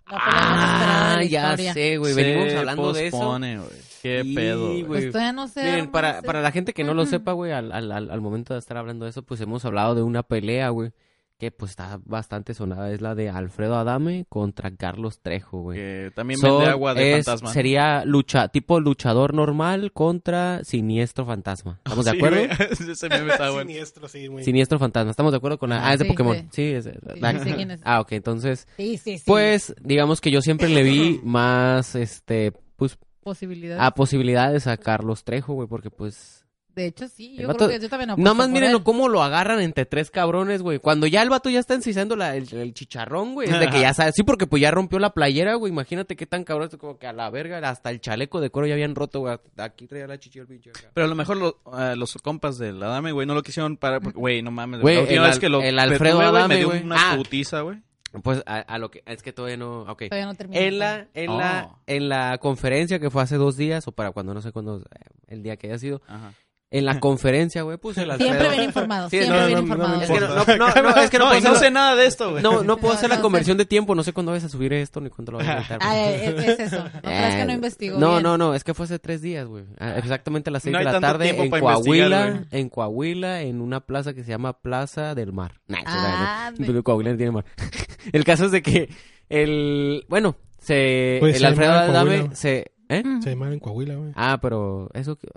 Speaker 4: La pelea más esperada de
Speaker 2: Ah,
Speaker 4: la
Speaker 2: ya
Speaker 4: historia.
Speaker 2: sé, güey,
Speaker 1: Se
Speaker 2: venimos hablando de eso.
Speaker 1: pospone, güey. Qué
Speaker 2: Y,
Speaker 1: pedo, güey.
Speaker 4: Pues todavía no sé.
Speaker 2: Miren, para, para la gente que no lo
Speaker 4: Ujú.
Speaker 2: sepa, güey, al, al, al al momento de estar hablando de eso, pues hemos hablado de una pelea, güey, que pues está bastante sonada. Es la de Alfredo Adame contra Carlos Trejo, güey.
Speaker 1: Que también
Speaker 2: Son-
Speaker 1: vende agua de
Speaker 2: es-
Speaker 1: fantasma.
Speaker 2: Sería lucha, tipo luchador normal contra siniestro fantasma. ¿Estamos de
Speaker 1: Sí,
Speaker 2: acuerdo?
Speaker 1: güey. Ese meme está bueno.
Speaker 3: Siniestro, sí, güey.
Speaker 2: Siniestro fantasma, ¿estamos de acuerdo con la... Ah, es de
Speaker 4: Sí,
Speaker 2: Pokémon.
Speaker 4: sí.
Speaker 2: Sí, es de-
Speaker 4: sí sé quién es.
Speaker 2: Ah, ok, entonces...
Speaker 4: Sí, sí, sí.
Speaker 2: Pues, digamos que yo siempre le vi más, este, pues,
Speaker 4: Posibilidades.
Speaker 2: a posibilidades a Carlos Trejo, güey, porque pues...
Speaker 4: De hecho, sí.
Speaker 2: El
Speaker 4: Yo
Speaker 2: vato-
Speaker 4: creo que yo también apuesto
Speaker 2: Nada más
Speaker 4: pues, por
Speaker 2: miren
Speaker 4: él.
Speaker 2: cómo lo agarran entre tres cabrones, güey. Cuando ya el vato ya está encisando la- el, el chicharrón, güey. Es de que ya sabe. Sí, porque pues ya rompió la playera, güey. Imagínate qué tan cabrón. es Como que a la verga, hasta el chaleco de cuero ya habían roto, güey. Aquí traía la chichi el pinche. acá.
Speaker 1: Pero a lo mejor lo- ah, los compas del Adame, güey, no lo quisieron parar. porque, Güey, no mames.
Speaker 2: Güey,
Speaker 1: la última
Speaker 2: el
Speaker 1: vez que lo
Speaker 2: Al- el Alfredo
Speaker 1: detuve,
Speaker 2: Adame,
Speaker 1: Me dio
Speaker 2: güey.
Speaker 1: una
Speaker 2: Ah.
Speaker 1: putiza, güey.
Speaker 2: Pues a, a lo que. Es que todavía no. Ok.
Speaker 4: Todavía no termino.
Speaker 2: En la, en, la,
Speaker 1: Oh.
Speaker 2: en la conferencia que fue hace dos días, o para cuando, no sé cuándo, eh, el día que haya sido.
Speaker 1: Ajá.
Speaker 2: En la conferencia, güey, pues el
Speaker 4: Siempre
Speaker 2: Alfredo-
Speaker 4: bien informado.
Speaker 2: Sí,
Speaker 4: siempre
Speaker 2: no,
Speaker 4: bien
Speaker 3: no, no,
Speaker 4: informado.
Speaker 3: no me
Speaker 2: Es que no, no, no,
Speaker 3: importa.
Speaker 2: no, es que no,
Speaker 1: No,
Speaker 2: puedo
Speaker 1: y no
Speaker 2: hacer
Speaker 1: sé
Speaker 2: la-
Speaker 1: nada de esto, güey.
Speaker 2: no, no puedo
Speaker 4: No,
Speaker 2: hacer
Speaker 4: no
Speaker 2: la
Speaker 4: sé.
Speaker 2: conversión de tiempo, no sé cuándo vayas a subir esto ni cuándo lo vayas a editar,
Speaker 4: Ah,
Speaker 2: güey.
Speaker 4: eh, eh, es eso. No creas que no
Speaker 2: Eh,
Speaker 4: investigo.
Speaker 2: No,
Speaker 4: bien.
Speaker 2: no, no, es que fue hace tres días, güey. Ah, Exactamente a las seis
Speaker 1: No
Speaker 2: de
Speaker 1: hay
Speaker 2: la
Speaker 1: tanto
Speaker 2: tarde
Speaker 1: tiempo
Speaker 2: en
Speaker 1: para investigar,
Speaker 2: Coahuila,
Speaker 1: güey.
Speaker 2: en Coahuila, en una plaza que se llama Plaza del Mar. Nah, eso
Speaker 4: Ah,
Speaker 2: es verdad, ¿no? Pues, Coahuila no tiene mar. el caso es de que el, bueno, se,
Speaker 3: Pues
Speaker 2: el
Speaker 3: se
Speaker 2: Alfredo
Speaker 3: llama en Coahuila,
Speaker 2: Adame
Speaker 3: güey.
Speaker 2: se, ¿eh?
Speaker 4: Mm.
Speaker 3: Se llamaron en Coahuila, güey.
Speaker 2: Ah, pero eso, que-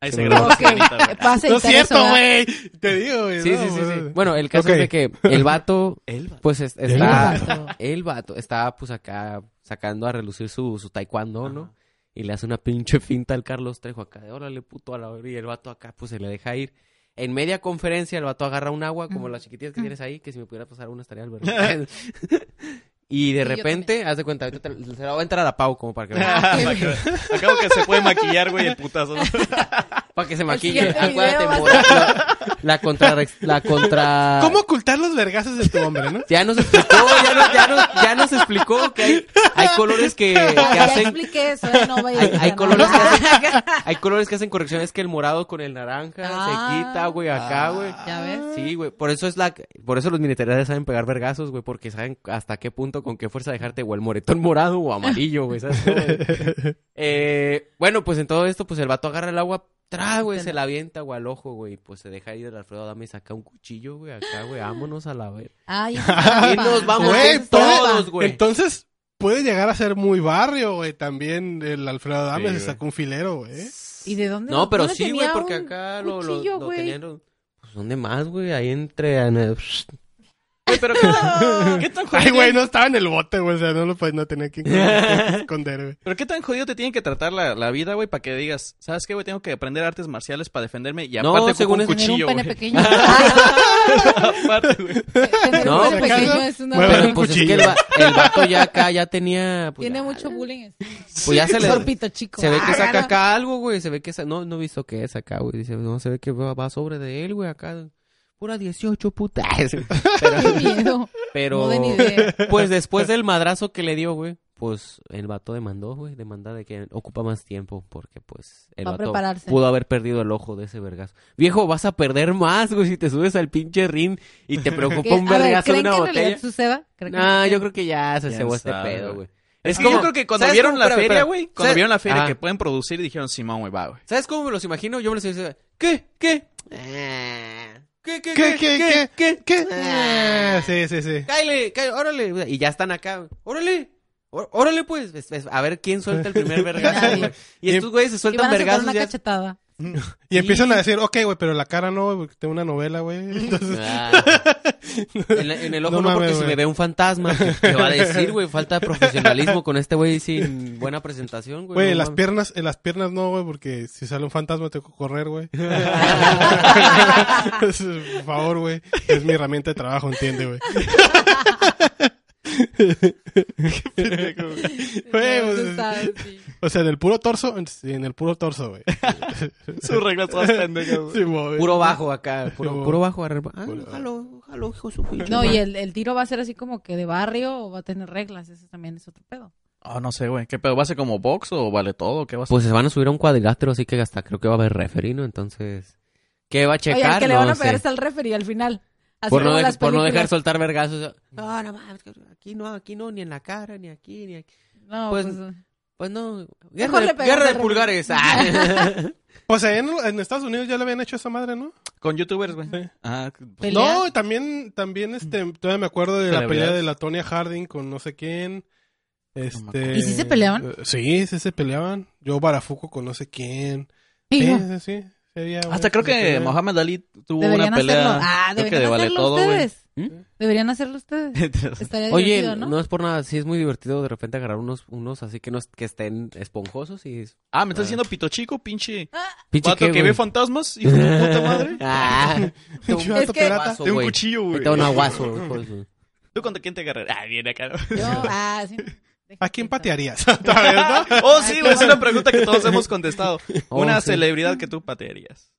Speaker 1: Ahí
Speaker 2: Sí,
Speaker 1: se grabó.
Speaker 4: Ok,
Speaker 1: ahorita, güey.
Speaker 4: vas a
Speaker 3: No
Speaker 4: editar
Speaker 3: es cierto,
Speaker 4: eso, ¿verdad?
Speaker 3: güey. Te digo, güey.
Speaker 2: sí,
Speaker 3: no,
Speaker 2: sí, sí, sí.
Speaker 3: güey.
Speaker 2: Bueno, el caso
Speaker 3: Ok.
Speaker 2: es de que el vato, pues es-
Speaker 3: El
Speaker 2: está,
Speaker 4: vato.
Speaker 2: el vato está pues acá sacando a relucir su, su taekwondo, ¿no?
Speaker 1: Ajá.
Speaker 2: Y le hace una pinche finta al Carlos Trejo acá de órale puto a la verga", y el vato acá pues se le deja ir. En media conferencia el vato agarra un agua como
Speaker 4: Ujú.
Speaker 2: las chiquitillas que
Speaker 4: Ujú.
Speaker 2: tienes ahí, que si me pudiera pasar una estaría al verga. Y de
Speaker 4: yo
Speaker 2: repente, haz de cuenta, ahorita te- se la va a entrar a Pau como para que,
Speaker 1: Para que- Acabo que se puede maquillar, güey, el putazo.
Speaker 2: para que se maquille.
Speaker 4: siguiente
Speaker 2: Ah, acuérdate,
Speaker 4: video va a
Speaker 2: moda. La contra... La contra...
Speaker 3: ¿Cómo ocultar los vergazos de tu hombre, no?
Speaker 2: Ya nos explicó, ya nos, ya nos- ya nos explicó que hay, hay colores que, que
Speaker 4: Ya, ya
Speaker 2: hacen...
Speaker 4: expliqué eso, ¿eh? No vaya a
Speaker 2: Hay-
Speaker 4: decir
Speaker 2: hay
Speaker 4: nada.
Speaker 2: colores que hacen- Hay colores que hacen correcciones que el morado con el naranja
Speaker 4: Ah.
Speaker 2: se quita, güey, acá, güey.
Speaker 4: Ya ves.
Speaker 2: Sí, güey, por eso es la por eso los militares saben pegar vergazos, güey, porque saben hasta qué punto con qué fuerza dejarte o el moretón morado o amarillo, güey, ¿sabes cómo, güey? Eh, bueno, pues en todo esto pues el vato agarra el agua Tra, güey, se la avienta, güey, al ojo, güey. Pues se deja ir el Alfredo Adame y saca un cuchillo, güey, acá, güey. Vámonos a la ver.
Speaker 4: Ay, eso es trampa.
Speaker 2: Y nos
Speaker 4: Ah,
Speaker 2: vamos
Speaker 3: Güey,
Speaker 2: en todos,
Speaker 3: puede-
Speaker 2: güey.
Speaker 3: Entonces, puede llegar a ser muy barrio, güey. También el Alfredo
Speaker 1: Sí,
Speaker 3: Adame se
Speaker 1: güey.
Speaker 3: sacó un filero, güey.
Speaker 4: ¿Y de dónde?
Speaker 2: No, pero
Speaker 4: dónde
Speaker 2: sí, güey,
Speaker 4: tenía
Speaker 2: porque
Speaker 4: un
Speaker 2: acá lo, lo-
Speaker 4: cuchillo,
Speaker 2: lo
Speaker 4: güey?
Speaker 2: tenían. Pues Pues, ¿dónde más, güey? Ahí entre... en el-
Speaker 1: Güey, pero ¿qué, qué tan jodido
Speaker 3: Ay, güey,
Speaker 1: tiene-
Speaker 3: no estaba en el bote, güey. O sea, no lo pues, no tenía que esconder, güey.
Speaker 1: pero qué tan jodido te tienen que tratar la, la vida, güey, para que digas, ¿sabes qué, güey? Tengo que aprender artes marciales para defenderme y
Speaker 2: No,
Speaker 1: aparte ocupo
Speaker 2: según
Speaker 1: un
Speaker 2: eso-
Speaker 1: cuchillo,
Speaker 6: un pene
Speaker 1: güey.
Speaker 6: pequeño.
Speaker 1: Aparte, güey.
Speaker 4: Tener
Speaker 2: No,
Speaker 4: un
Speaker 2: pero
Speaker 4: pene pequeño
Speaker 3: acaso-
Speaker 4: es una
Speaker 3: Mueve
Speaker 4: verga.
Speaker 2: Pero
Speaker 3: un
Speaker 2: pues es que
Speaker 3: cuchillo.
Speaker 2: el, va- el vato ya acá ya tenía... Pues,
Speaker 4: Tiene
Speaker 2: ya-
Speaker 4: mucho bullying.
Speaker 2: Pues ya se le...
Speaker 4: Sorpito chico.
Speaker 2: Se ve que
Speaker 4: Ah,
Speaker 2: saca
Speaker 4: gana.
Speaker 2: acá algo, güey. Se ve que... sa- No, no he visto qué es acá, güey. Dice, no, se ve que va, va sobre de él, güey, acá... Pura 18, puta.
Speaker 4: Qué miedo.
Speaker 2: Pero...
Speaker 4: No den idea.
Speaker 2: Pues después del madrazo que le dio, güey, pues el vato demandó, güey, demanda de que ocupa más tiempo porque pues el
Speaker 4: Va a
Speaker 2: vato
Speaker 4: prepararse.
Speaker 2: pudo haber perdido el ojo de ese vergazo. Viejo, vas a perder más, güey, si te subes al pinche ring y te
Speaker 4: Que-
Speaker 2: preocupa un
Speaker 4: a ver,
Speaker 2: vergazo de
Speaker 4: ¿creen
Speaker 2: una
Speaker 4: que en realidad
Speaker 2: botella.
Speaker 4: suceda? ¿Creen que
Speaker 2: No,
Speaker 4: suceda?
Speaker 2: Ah, yo creo que ya se
Speaker 1: ¿Quién
Speaker 2: cebó este
Speaker 1: sabe,
Speaker 2: pedo,
Speaker 1: güey?
Speaker 2: güey.
Speaker 1: Es que yo creo que cuando vieron la feria, güey, cuando
Speaker 2: ¿Sabes-
Speaker 1: vieron la feria
Speaker 2: Ah.
Speaker 1: que pueden producir, dijeron, Simón, güey, va, güey.
Speaker 2: ¿Sabes cómo me los imagino? Yo me los imagino, ¿qué? ¿Qué? Ah. ¿Qué? ¿Qué?
Speaker 3: ¿Qué, qué,
Speaker 2: ¿Qué?
Speaker 3: ¿Qué?
Speaker 2: Ah.
Speaker 3: Ah, sí, sí, sí.
Speaker 2: cáele, cáele, órale. Y ya están acá, güey. órale. ó- Órale, pues, Ves, ves, a ver quién suelta el primer vergazo,
Speaker 4: Nadie.
Speaker 2: güey. Y estos güeyes se
Speaker 4: Y van
Speaker 2: sueltan
Speaker 4: a soltar
Speaker 2: vergazos
Speaker 4: una
Speaker 2: ya-
Speaker 4: cachetada.
Speaker 3: Y empiezan a decir, ok, güey, pero la cara no, güey, porque tengo una novela, güey. Entonces,
Speaker 2: Ah. en, la- en el ojo
Speaker 3: No
Speaker 2: no,
Speaker 3: mames,
Speaker 2: porque si
Speaker 3: güey.
Speaker 2: me ve un fantasma, ¿qué qué va a decir, güey? Falta de profesionalismo con este güey sin buena presentación, güey.
Speaker 3: güey,
Speaker 2: no
Speaker 3: en las
Speaker 2: mames.
Speaker 3: piernas, en las piernas no, güey, porque si sale un fantasma tengo que correr, güey. Entonces, Por favor, güey. Es mi herramienta de trabajo, entiende, güey. Güey,
Speaker 4: Tú
Speaker 3: pues,
Speaker 4: sabes, sí.
Speaker 3: o sea, en el puro torso, en- sí, en el puro torso, güey.
Speaker 1: Sus reglas todas pendejas, güey.
Speaker 3: Sí, güey.
Speaker 2: Puro bajo acá, puro,
Speaker 3: Puro-
Speaker 2: puro bajo arriba. Ah,
Speaker 3: puro-
Speaker 2: jalo, jalo, hijo de su pinche
Speaker 4: No,
Speaker 2: madre.
Speaker 4: y el, el tiro va a ser así como que de barrio o va a tener reglas. Ese también es otro pedo.
Speaker 1: Oh, no sé, güey. ¿Qué pedo? ¿Va a ser como box o vale todo? ¿Qué va a ser?
Speaker 2: Pues se van a subir a un cuadrilátero, así que hasta creo que va a haber referino, entonces... ¿Qué va a
Speaker 4: Oye,
Speaker 2: checar?
Speaker 4: al que le
Speaker 2: No
Speaker 4: van a
Speaker 2: sé.
Speaker 4: pegar hasta el referee al final. Así
Speaker 2: por, no
Speaker 4: como
Speaker 2: de-
Speaker 4: las
Speaker 2: por no dejar
Speaker 4: películas.
Speaker 2: soltar vergazos. No, no mames, que aquí no, aquí no, ni en la cara, ni aquí, ni aquí.
Speaker 4: No,
Speaker 2: Pues-
Speaker 4: pues,
Speaker 2: Pues no, guerra,
Speaker 4: Mejor
Speaker 2: de,
Speaker 4: le pegamos
Speaker 2: guerra de
Speaker 4: al
Speaker 2: pulgares. Ah.
Speaker 3: O sea, en, en Estados Unidos ya le habían hecho esa madre, ¿no?
Speaker 1: Con youtubers, güey.
Speaker 3: Sí.
Speaker 1: Ah, pues,
Speaker 4: ¿Pelea?
Speaker 3: No, también, también, este, todavía me acuerdo de la pelea
Speaker 1: Celebridades.
Speaker 3: de la Tonya Harding con no sé quién. Este...
Speaker 6: ¿Y sí se peleaban?
Speaker 3: eh, Sí, sí se peleaban. Yo Barafuco con no sé quién. Sí,
Speaker 6: Hijo,
Speaker 3: sí, sí. Sí, había, güey,
Speaker 1: Hasta creo
Speaker 3: sí se
Speaker 1: que
Speaker 3: peleaban.
Speaker 1: Mohamed Ali tuvo
Speaker 6: deberían
Speaker 1: una pelea.
Speaker 6: hacerlo. Ah,
Speaker 1: creo que
Speaker 6: deberían
Speaker 1: de vale
Speaker 6: hacerlo
Speaker 1: todo, güey.
Speaker 6: ustedes.
Speaker 2: ¿Mm?
Speaker 6: Deberían hacerlo ustedes. Estaría
Speaker 2: Oye,
Speaker 6: divertido,
Speaker 2: ¿no?
Speaker 6: ¿no?
Speaker 2: es por nada, sí es muy divertido de repente agarrar unos, unos así que no es- que estén esponjosos y es-
Speaker 1: ah, me estás
Speaker 2: Ah.
Speaker 1: diciendo pito chico, pinche.
Speaker 2: pinche
Speaker 1: Vato
Speaker 2: qué,
Speaker 1: que
Speaker 2: güey?
Speaker 1: ve fantasmas, hijo de puta madre.
Speaker 2: Ah,
Speaker 3: Pinche
Speaker 2: tengo un-
Speaker 3: vato
Speaker 4: Es que-
Speaker 3: pirata.
Speaker 2: Guaso,
Speaker 1: Tengo un
Speaker 2: güey.
Speaker 1: cuchillo, güey.
Speaker 2: Tengo un aguazo, güey, hijo de su-
Speaker 1: ¿Tú contra quién te agarras? Ah, viene acá.
Speaker 4: yo, ah, sí.
Speaker 3: ¿A quién patearías? ¿Otra vez, no?
Speaker 1: oh, sí, güey. Es una pregunta que todos hemos contestado.
Speaker 2: Oh,
Speaker 1: una
Speaker 2: sí.
Speaker 1: celebridad que tú patearías.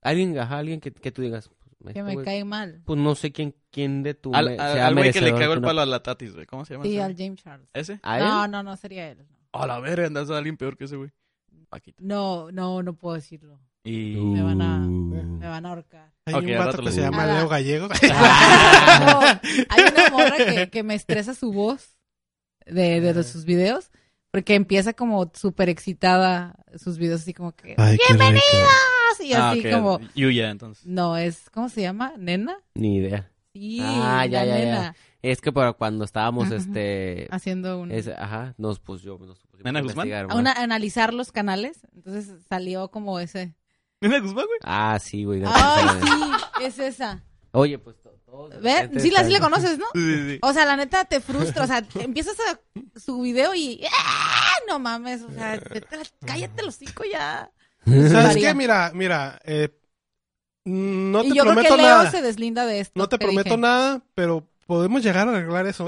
Speaker 2: Alguien, ajá, alguien que, que tú digas. pues,
Speaker 4: Que
Speaker 2: este
Speaker 4: me
Speaker 2: güey,
Speaker 4: cae mal.
Speaker 2: Pues no sé quién, quién de tu
Speaker 1: Al
Speaker 2: Uh, me-
Speaker 1: al-
Speaker 2: sea
Speaker 1: al güey que le
Speaker 2: merecedor
Speaker 1: cagó
Speaker 2: de
Speaker 1: el
Speaker 2: una-
Speaker 1: palo a la Tatis, güey. ¿Cómo se llama?
Speaker 4: Sí,
Speaker 1: ese?
Speaker 4: al James Charles.
Speaker 1: ¿Ese?
Speaker 2: ¿A él?
Speaker 4: No, no, no sería él.
Speaker 1: A la verga, andas a alguien peor que ese, güey. Paquito.
Speaker 4: No, no, no puedo decirlo.
Speaker 1: Y.
Speaker 4: Me van a-
Speaker 3: Mm.
Speaker 2: Uh.
Speaker 4: Me van a ahorcar.
Speaker 3: Hay
Speaker 1: Ok,
Speaker 3: un
Speaker 1: al
Speaker 3: vato
Speaker 1: rato
Speaker 3: que
Speaker 1: les
Speaker 3: se
Speaker 1: digo.
Speaker 3: llama
Speaker 4: Nada.
Speaker 3: Leo Gallegos.
Speaker 4: No, hay una morra que, que me estresa su voz de, de los- sus videos. Porque empieza como súper excitada sus videos, así como que.
Speaker 3: ¡Bienvenido!
Speaker 4: "¡Ah!", Y así
Speaker 1: ok,
Speaker 4: como.
Speaker 1: Yuya, entonces.
Speaker 4: No, es. ¿Cómo se llama? ¿Nena?
Speaker 2: Ni idea.
Speaker 4: Sí,
Speaker 2: Ah, ya, ya,
Speaker 4: la
Speaker 2: ya.
Speaker 4: nena.
Speaker 2: Es que para cuando estábamos,
Speaker 4: Ajá.
Speaker 2: este.
Speaker 4: Haciendo un.
Speaker 2: es- ajá, nos pues yo. Nos pusimos
Speaker 1: ¿Nena
Speaker 2: a
Speaker 1: Guzmán?
Speaker 2: investigar,
Speaker 4: a
Speaker 2: güey.
Speaker 4: una- analizar los canales. Entonces salió como ese.
Speaker 1: Nena Guzmán, güey.
Speaker 2: Ah, sí, güey. no,
Speaker 4: Ay,
Speaker 2: pues,
Speaker 4: sí, es esa.
Speaker 2: Oye, pues to- todos. de
Speaker 4: ¿Ves?
Speaker 2: repente
Speaker 4: Sí, la, sí la
Speaker 2: están-
Speaker 4: conoces, ¿no?
Speaker 1: Sí, sí, sí.
Speaker 4: O sea, la neta te frustra. O sea, te- empiezas a su video y. ¡Ah! No mames. O sea, vete a la- cállate los cinco ya.
Speaker 3: ¿Sabes
Speaker 4: María.
Speaker 3: qué? Mira, mira. eh, no
Speaker 4: y
Speaker 3: te
Speaker 4: yo creo que
Speaker 3: prometo
Speaker 4: Leo
Speaker 3: nada.
Speaker 4: se deslinda de esto.
Speaker 3: No te
Speaker 4: que
Speaker 3: prometo
Speaker 4: dije.
Speaker 3: nada, pero podemos llegar a arreglar eso.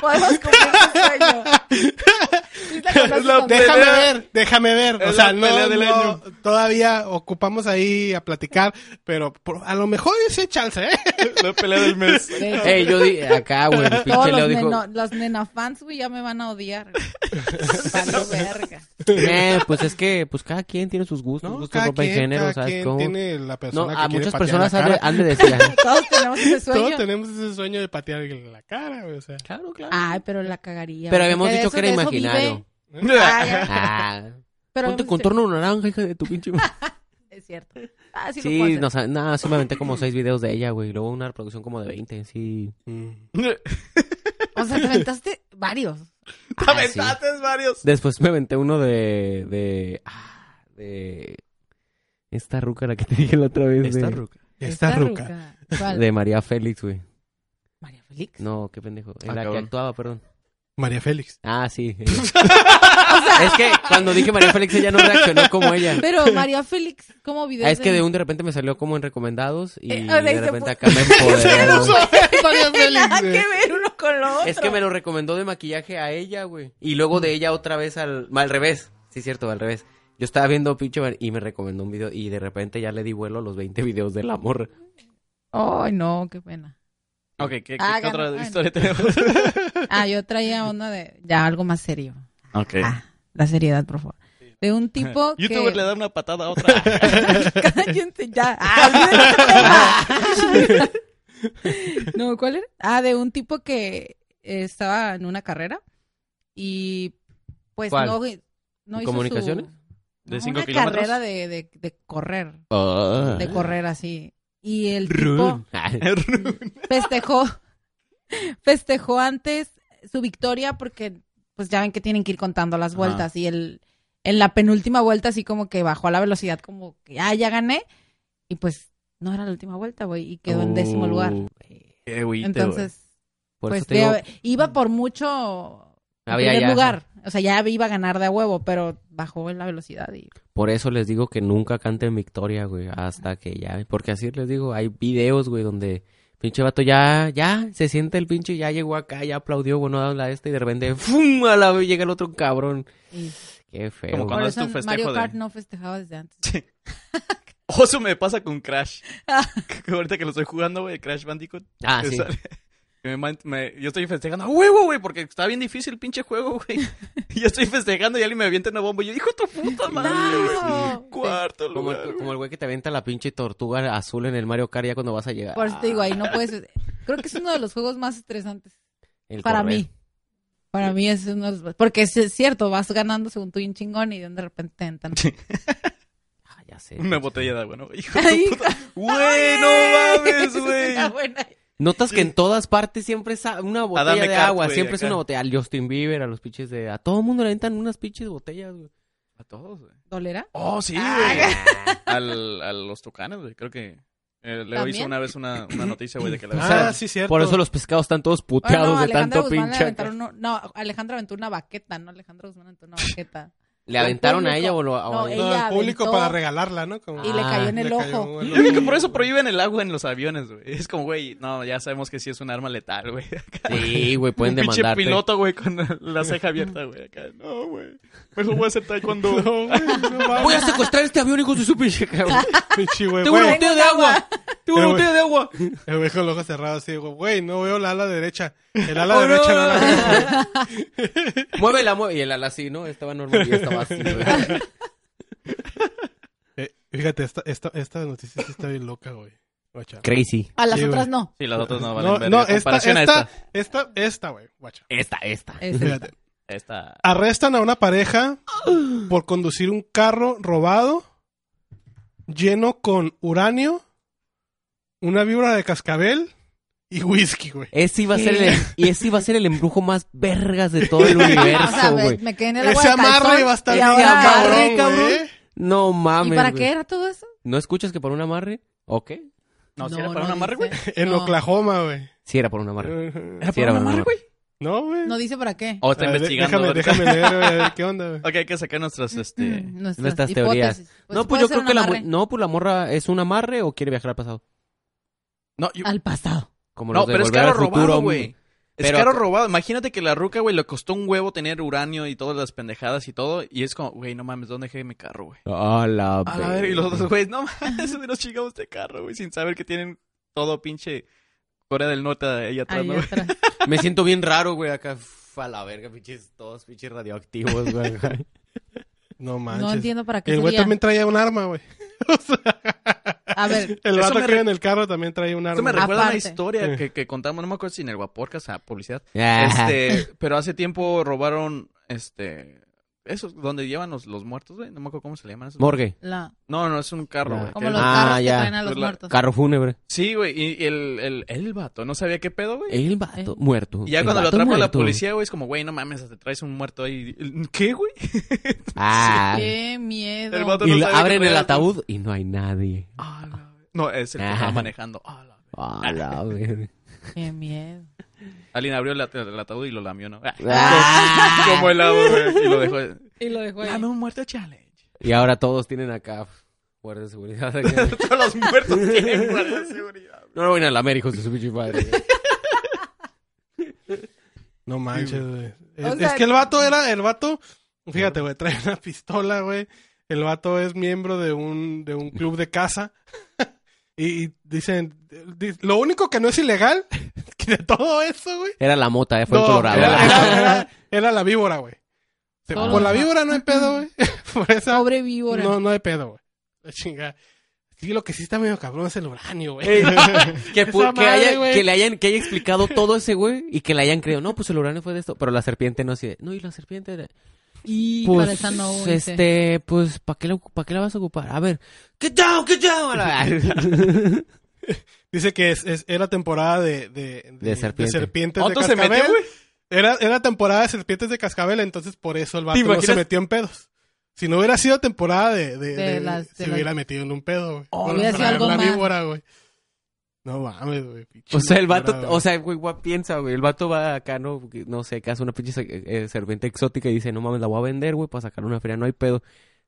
Speaker 4: Podemos cumplir tu sueño. Sí la conoces
Speaker 1: Es la
Speaker 4: también.
Speaker 3: Déjame
Speaker 1: Pelea.
Speaker 3: ver, déjame ver.
Speaker 1: Es
Speaker 3: O sea,
Speaker 1: la
Speaker 3: no,
Speaker 1: pelea del
Speaker 3: no,
Speaker 1: año.
Speaker 3: todavía ocupamos ahí a platicar, pero por- a lo mejor ese chance, ¿eh?
Speaker 1: La pelea del mes.
Speaker 4: Sí.
Speaker 2: Ey, yo di acá, güey. El
Speaker 4: Todos
Speaker 2: pinche
Speaker 4: los,
Speaker 2: Leo dijo.
Speaker 4: neno- los nenafans, güey, ya me van a odiar. Vale, verga.
Speaker 2: Eh, pues es que, pues cada quien tiene sus gustos,
Speaker 3: No,
Speaker 2: gustos, ropa y género,
Speaker 3: cada
Speaker 2: ¿sabes
Speaker 3: quien
Speaker 2: cómo?
Speaker 3: tiene la
Speaker 2: No,
Speaker 3: persona que
Speaker 2: a
Speaker 3: quiere
Speaker 2: muchas
Speaker 3: patear
Speaker 2: personas
Speaker 3: la
Speaker 2: han de,
Speaker 3: cara.
Speaker 2: han de decir. ajá.
Speaker 4: Todos tenemos ese sueño.
Speaker 3: Todos tenemos ese sueño de patear la cara, güey, o sea.
Speaker 2: Claro, claro.
Speaker 4: Ay, pero la cagaría.
Speaker 2: Pero
Speaker 4: güey,
Speaker 2: habíamos
Speaker 4: porque de
Speaker 2: dicho
Speaker 4: eso-
Speaker 2: que era
Speaker 4: de eso
Speaker 2: imaginario.
Speaker 4: vive. pues Ah, ya.
Speaker 2: Ah,
Speaker 4: Pero
Speaker 2: ponte
Speaker 4: habíamos dicho-
Speaker 2: contorno naranja, hija de tu pinche madre.
Speaker 4: Es cierto. Ah, sí, lo puedo
Speaker 2: Sí,
Speaker 4: hacer.
Speaker 2: no, sa- nada, sí me aventé como seis videos de ella, güey. Luego una reproducción como de 20, sí.
Speaker 3: Mm.
Speaker 4: O sea, te aventaste varios.
Speaker 2: Ah, sí.
Speaker 1: Aventates varios.
Speaker 2: Después me aventé uno de. de. ah, de. Esta ruca, la que te dije la otra vez.
Speaker 1: Esta
Speaker 2: de,
Speaker 1: ruca.
Speaker 3: Esta, ruca.
Speaker 4: ¿Cuál?
Speaker 2: de María Félix, güey.
Speaker 4: María Félix.
Speaker 2: No, qué pendejo.
Speaker 1: Ah,
Speaker 2: la que
Speaker 1: cabrón.
Speaker 2: actuaba, perdón.
Speaker 3: María Félix.
Speaker 2: Ah, sí. ella. es que cuando dije María Félix, ella no reaccionó como ella.
Speaker 4: Pero María Félix, ¿cómo video?
Speaker 2: Ah, es que de un de repente me salió como en recomendados y
Speaker 4: Eh, o sea, y
Speaker 2: de
Speaker 4: se
Speaker 2: repente
Speaker 4: puso-
Speaker 2: acá me empoderó. güey.
Speaker 3: María
Speaker 4: Nada que
Speaker 3: Félix. eh.
Speaker 4: ver uno con lo otro. Mm.
Speaker 2: Es que me lo recomendó de maquillaje a ella, güey. Y luego de ella otra vez al... Al revés. Sí, cierto, al revés. Yo estaba viendo pinche Mar- y me recomendó un video y de repente ya le di vuelo a los 20 videos del amor.
Speaker 4: Ay, no, qué pena.
Speaker 1: Ok, ¿qué, qué-
Speaker 4: Ah,
Speaker 1: qué otra
Speaker 4: ganó.
Speaker 1: historia tenemos?
Speaker 4: Ah, yo traía onda de ya algo más serio.
Speaker 1: ok.
Speaker 4: Ah, la seriedad, por favor. De un tipo que...
Speaker 1: YouTuber le da una patada a otra.
Speaker 4: Cállense ya. Ah, olvídate de tema. no, ¿cuál era? Ah, de un tipo que eh, estaba en una carrera y pues
Speaker 2: ¿Cuál?
Speaker 4: no, no hizo
Speaker 2: ¿Comunicaciones?
Speaker 4: su-
Speaker 1: ¿De
Speaker 4: no,
Speaker 1: cinco
Speaker 4: una
Speaker 1: kilómetros?
Speaker 4: carrera de, de- de correr,
Speaker 2: Ah.
Speaker 4: de correr así. Y el tipo
Speaker 2: Run.
Speaker 4: festejó, festejó antes su victoria porque pues ya ven que tienen que ir contando las
Speaker 1: Ajá.
Speaker 4: vueltas y el en la penúltima vuelta así como que bajó a la velocidad como que ah, ya gané y pues no era la última vuelta, güey, y quedó en décimo lugar.
Speaker 2: Oh.
Speaker 1: Qué güey.
Speaker 4: Entonces,
Speaker 2: Por
Speaker 4: pues
Speaker 2: eso te digo,
Speaker 4: ya iba por mucho en
Speaker 2: había
Speaker 4: primer
Speaker 2: ya-
Speaker 4: lugar, o sea, ya iba a ganar de a huevo, pero bajó en la velocidad y
Speaker 2: Por eso les digo que nunca canten victoria, güey, hasta que ya, porque así les digo, hay videos, güey, donde pinche vato ya, ya, se siente el pinche, ya llegó acá, ya aplaudió, bueno, a la esta y de repente, ¡fum! a la vez llega el otro cabrón.
Speaker 4: y-
Speaker 2: Qué feo.
Speaker 1: Como
Speaker 2: güey.
Speaker 1: cuando-
Speaker 4: Por
Speaker 1: es tu
Speaker 4: eso
Speaker 1: festejo
Speaker 4: Mario
Speaker 1: de-
Speaker 4: Kart no festejaba desde antes.
Speaker 1: Oh, eso me pasa con Crash.
Speaker 4: Ah.
Speaker 1: Que ahorita que lo estoy jugando, güey, Crash Bandicoot.
Speaker 2: Ah,
Speaker 1: que
Speaker 2: sí.
Speaker 1: sale- que me man- me- yo estoy festejando, ¡a huevo, güey! Porque está bien difícil el pinche juego, güey. Y yo estoy festejando y alguien me avienta una bomba. Y yo, ¡hijo de tu puta madre! güey".
Speaker 4: No.
Speaker 1: Cuarto
Speaker 2: Como
Speaker 1: lugar.
Speaker 2: el,
Speaker 1: güey.
Speaker 2: como el güey que te avienta la pinche tortuga azul en el Mario Kart ya cuando vas a llegar.
Speaker 4: Por eso te digo, ahí no puedes. Creo que es uno de los juegos más estresantes.
Speaker 2: El
Speaker 4: para
Speaker 2: correr.
Speaker 4: mí. Para mí es uno de los más- Porque es es cierto, vas ganando según tú y un chingón y de repente te entran.
Speaker 2: Ah, ya sé.
Speaker 1: Una botella de agua, ¿no? Hijo de
Speaker 4: Ay,
Speaker 1: tu puta. ¡Güey, no mames, güey!
Speaker 4: está buena.
Speaker 2: Notas que en todas partes siempre es a- una botella
Speaker 1: darle
Speaker 2: de
Speaker 1: cart,
Speaker 2: agua,
Speaker 1: güey,
Speaker 2: siempre
Speaker 1: acá.
Speaker 2: es una botella. Al Justin Bieber, a los pinches de... A todo mundo le aventan unas pinches botellas, güey.
Speaker 1: A todos, güey.
Speaker 4: ¿Dolera?
Speaker 1: Oh, sí,
Speaker 4: Ah.
Speaker 1: güey. Al, a los tucanes, güey. Creo que eh, Leo hizo
Speaker 4: ¿También?
Speaker 1: una vez una, una noticia, güey, de que la
Speaker 2: O sea,
Speaker 3: Ah, sí, cierto.
Speaker 2: Por eso los pescados están todos
Speaker 4: Bueno,
Speaker 2: puteados
Speaker 4: no,
Speaker 2: de
Speaker 4: Alejandra
Speaker 2: tanto
Speaker 4: Guzmán le
Speaker 2: pinche.
Speaker 4: aventaron uno- No, Alejandra aventó una baqueta, no Alejandra Guzmán aventó una baqueta.
Speaker 2: ¿Le aventaron a
Speaker 4: público.
Speaker 2: ella o lo, a-
Speaker 4: No,
Speaker 2: a-
Speaker 4: ella-
Speaker 3: No, al público
Speaker 4: aventó-
Speaker 3: para regalarla, ¿no? Como-
Speaker 4: Y le
Speaker 2: Ah.
Speaker 4: cayó en el
Speaker 3: Le cayó
Speaker 4: ojo.
Speaker 3: en
Speaker 1: Yo
Speaker 3: el
Speaker 1: creo
Speaker 3: ojo.
Speaker 1: que por eso prohíben el agua en los aviones, güey. Es como, güey, no, ya sabemos que sí es un arma letal, güey.
Speaker 2: Sí, güey, pueden
Speaker 1: Un pinche
Speaker 2: demandarte.
Speaker 1: piloto, güey, con la ceja abierta, güey. Acá, no, güey. Mejor voy a aceptar cuando...
Speaker 3: No, güey, no mames.
Speaker 2: Voy a secuestrar este avión, hijo de su pinche cabrón.
Speaker 3: Pinche güey,
Speaker 2: Tengo una
Speaker 3: güey.
Speaker 2: botella de agua. Tengo una
Speaker 3: Pero,
Speaker 2: botella de agua.
Speaker 3: El güey con el ojo cerrado así, güey, güey, no veo la ala derecha. El ala
Speaker 2: Oh, no.
Speaker 3: derecha no la veo.
Speaker 2: Muévela, muévela. Y el ala así, ¿no? Estaba normal y estaba así, güey.
Speaker 3: Eh, fíjate, esta, esta, esta noticia sí está bien loca, güey. Guacha.
Speaker 2: Crazy.
Speaker 4: A las
Speaker 3: Sí,
Speaker 4: otras
Speaker 3: güey.
Speaker 4: no.
Speaker 1: Sí, las otras no valen
Speaker 3: No,
Speaker 1: verga.
Speaker 3: no,
Speaker 1: en
Speaker 3: esta,
Speaker 1: comparación a
Speaker 3: esta, esta, esta, güey, guacha.
Speaker 2: Esta, esta.
Speaker 4: Es-
Speaker 3: Fíjate.
Speaker 1: esta. Esta.
Speaker 3: Arrestan a una pareja por conducir un carro robado lleno con uranio, una víbora de cascabel y whisky, güey.
Speaker 2: Ese iba a ser el, em-, y ese iba a ser el embrujo más vergas de todo el
Speaker 4: Ah, O sea,
Speaker 2: universo,
Speaker 4: me-
Speaker 2: güey.
Speaker 4: me quedé en el agua
Speaker 3: Ese
Speaker 4: de calzón
Speaker 3: amarre va a estar
Speaker 4: y
Speaker 3: bien
Speaker 4: ahora-
Speaker 2: amarre,
Speaker 3: cabrón,
Speaker 2: cabrón.
Speaker 3: güey. ¿eh?
Speaker 2: No mames.
Speaker 4: ¿Y para
Speaker 2: güey.
Speaker 4: qué era todo eso?
Speaker 2: ¿No escuchas que por un amarre? ¿O qué?
Speaker 1: No, si era para
Speaker 4: no
Speaker 1: un amarre, güey.
Speaker 4: dice.
Speaker 3: En
Speaker 4: No.
Speaker 3: Oklahoma, güey.
Speaker 2: Sí, era por un amarre.
Speaker 1: Era
Speaker 2: Sí,
Speaker 1: para
Speaker 2: era
Speaker 1: un
Speaker 2: una
Speaker 1: amarre,
Speaker 2: mamá.
Speaker 1: güey.
Speaker 3: No, güey.
Speaker 4: No dice para qué.
Speaker 1: O está
Speaker 3: A ver,
Speaker 1: investigando.
Speaker 3: Déjame,
Speaker 1: ahorita.
Speaker 3: déjame leer, güey, a ver qué onda, güey.
Speaker 1: Ok, hay que sacar
Speaker 2: pues,
Speaker 1: nuestras, este...
Speaker 4: Mm, Nuestras,
Speaker 2: nuestras
Speaker 4: hipótesis.
Speaker 2: no, pues
Speaker 4: puede
Speaker 2: yo
Speaker 4: ser
Speaker 2: creo que
Speaker 4: un
Speaker 2: la,
Speaker 4: amarre.
Speaker 2: mu- no, pues la morra es un amarre o quiere viajar al pasado.
Speaker 1: No, yo-
Speaker 4: Al pasado.
Speaker 2: Como
Speaker 1: no
Speaker 2: los de
Speaker 1: pero es
Speaker 2: Volver
Speaker 1: caro
Speaker 2: al Futuro,
Speaker 1: robado, güey. Es
Speaker 2: Pero
Speaker 1: caro
Speaker 2: acá-
Speaker 1: robado. Imagínate que la ruca, güey, le costó un huevo tener uranio y todas las pendejadas y todo. Y es como, güey, no mames, ¿dónde dejé mi carro, güey?
Speaker 2: A la
Speaker 1: A la verga, y los
Speaker 2: verga.
Speaker 1: otros güeyes, no mames, nos chingamos este carro, güey, sin saber que tienen todo pinche Corea del Norte ahí atrás,
Speaker 4: Ahí
Speaker 1: ¿no? güey?
Speaker 4: atrás.
Speaker 2: Me siento bien raro, güey, acá. f- A la verga, pinches, todos pinches radioactivos, güey.
Speaker 3: No manches.
Speaker 4: No entiendo para qué
Speaker 3: El güey
Speaker 4: sería.
Speaker 3: también traía un arma, güey.
Speaker 4: A ver,
Speaker 3: El
Speaker 1: Eso
Speaker 3: vato
Speaker 1: me
Speaker 3: que
Speaker 1: re-
Speaker 3: iba en el carro también traía un
Speaker 1: Eso me
Speaker 3: arma.
Speaker 1: recuerda a una
Speaker 4: Aparte.
Speaker 1: historia que, que contamos, no me acuerdo si en el Vaporcas, a publicidad.
Speaker 2: Ah,
Speaker 1: Este, pero hace tiempo robaron, este, Esos donde llevan los, los muertos, güey. No me acuerdo cómo se le llaman. esos.
Speaker 2: Morgue,
Speaker 4: La,
Speaker 1: No, no, es un carro,
Speaker 2: Ah.
Speaker 1: güey.
Speaker 4: como
Speaker 1: que-
Speaker 4: los
Speaker 2: Ah,
Speaker 4: carros que
Speaker 2: ya.
Speaker 4: traen a los
Speaker 1: Pues la-
Speaker 4: muertos.
Speaker 2: carro fúnebre.
Speaker 1: Sí, güey. Y el, el, el vato, no sabía qué pedo, güey.
Speaker 2: El vato muerto.
Speaker 1: Y ya
Speaker 2: el
Speaker 1: cuando lo
Speaker 2: vato
Speaker 1: atrapa la
Speaker 2: muerto.
Speaker 1: policía, güey, es como, güey, no mames, te traes un muerto ahí. ¿Qué, güey?
Speaker 2: Ah.
Speaker 4: Qué miedo.
Speaker 1: El vato
Speaker 2: Y
Speaker 1: no
Speaker 2: lo
Speaker 1: sabía
Speaker 2: abren
Speaker 1: que
Speaker 2: el
Speaker 1: traía-
Speaker 2: ataúd y no hay nadie.
Speaker 1: Ah, la- No, es el que
Speaker 2: Ah.
Speaker 1: estaba manejando. Ah, la-
Speaker 2: A la verga.
Speaker 4: Qué miedo.
Speaker 1: Alguien abrió el, at- el ataúd y lo lamió, ¿no?
Speaker 2: Ah.
Speaker 1: Como el abo, güey. Y lo dejó.
Speaker 5: Y lo dejó ahí.
Speaker 1: Dame un muerto challenge.
Speaker 2: Y ahora todos tienen acá guardia de seguridad.
Speaker 1: Todos los muertos tienen guardia de seguridad. güey.
Speaker 2: no lo vayan a lamer, hijos de su pinche madre.
Speaker 3: No manches, güey. Es,
Speaker 5: O sea-
Speaker 3: es que el vato era, el vato, fíjate, güey, trae una pistola, güey. El vato es miembro de un, de un club de caza. y, y dicen, di- lo único que no es ilegal que de todo eso, güey.
Speaker 2: Era la mota, eh, fue
Speaker 3: no,
Speaker 2: en Colorado.
Speaker 3: Era, era- era- era la víbora, güey. O sea,
Speaker 5: Todos
Speaker 3: Por la
Speaker 5: los-
Speaker 3: víbora no hay pedo, güey. Por esa
Speaker 5: Pobre víbora.
Speaker 3: No, no hay pedo, güey. La chingada. Sí, lo que sí está medio cabrón es el uranio, güey.
Speaker 2: Que, pu-
Speaker 3: Esa
Speaker 2: que,
Speaker 3: madre,
Speaker 2: haya-
Speaker 3: güey.
Speaker 2: que le hayan, que haya explicado todo ese güey y que le hayan creído, no, pues el uranio fue de esto, pero la serpiente no así de, no, y la serpiente era-
Speaker 5: Y con
Speaker 2: Pues,
Speaker 5: esa no hice.
Speaker 2: este, pues, ¿para qué, la ocu- pa' qué la vas a ocupar? A ver, get down, get down. a la-
Speaker 3: Dice que es, es- era temporada de, de, de,
Speaker 2: De serpiente.
Speaker 3: serpientes de
Speaker 1: Otro se
Speaker 3: cascabel.
Speaker 1: metió, güey.
Speaker 3: Era, era temporada de serpientes de cascabel, entonces por eso el vato
Speaker 2: ¿Te
Speaker 3: no se
Speaker 2: imaginas?
Speaker 3: metió en pedos. Si no hubiera sido temporada de... de,
Speaker 4: De
Speaker 3: de-
Speaker 4: las- de
Speaker 3: se
Speaker 4: las-
Speaker 3: hubiera metido en un pedo, güey.
Speaker 4: Oh,
Speaker 3: Por
Speaker 4: hubiera sido
Speaker 3: traer
Speaker 4: algo
Speaker 3: la
Speaker 4: más.
Speaker 3: víbora, güey. No mames, güey. pinche
Speaker 2: O sea, el
Speaker 3: locura,
Speaker 2: vato,
Speaker 3: güey.
Speaker 2: o sea, güey, guap, piensa, güey, el vato va acá, no, no sé, casa una pinche se- eh, serpiente exótica y dice, no mames, la voy a vender, güey, para sacar una feria, no hay pedo.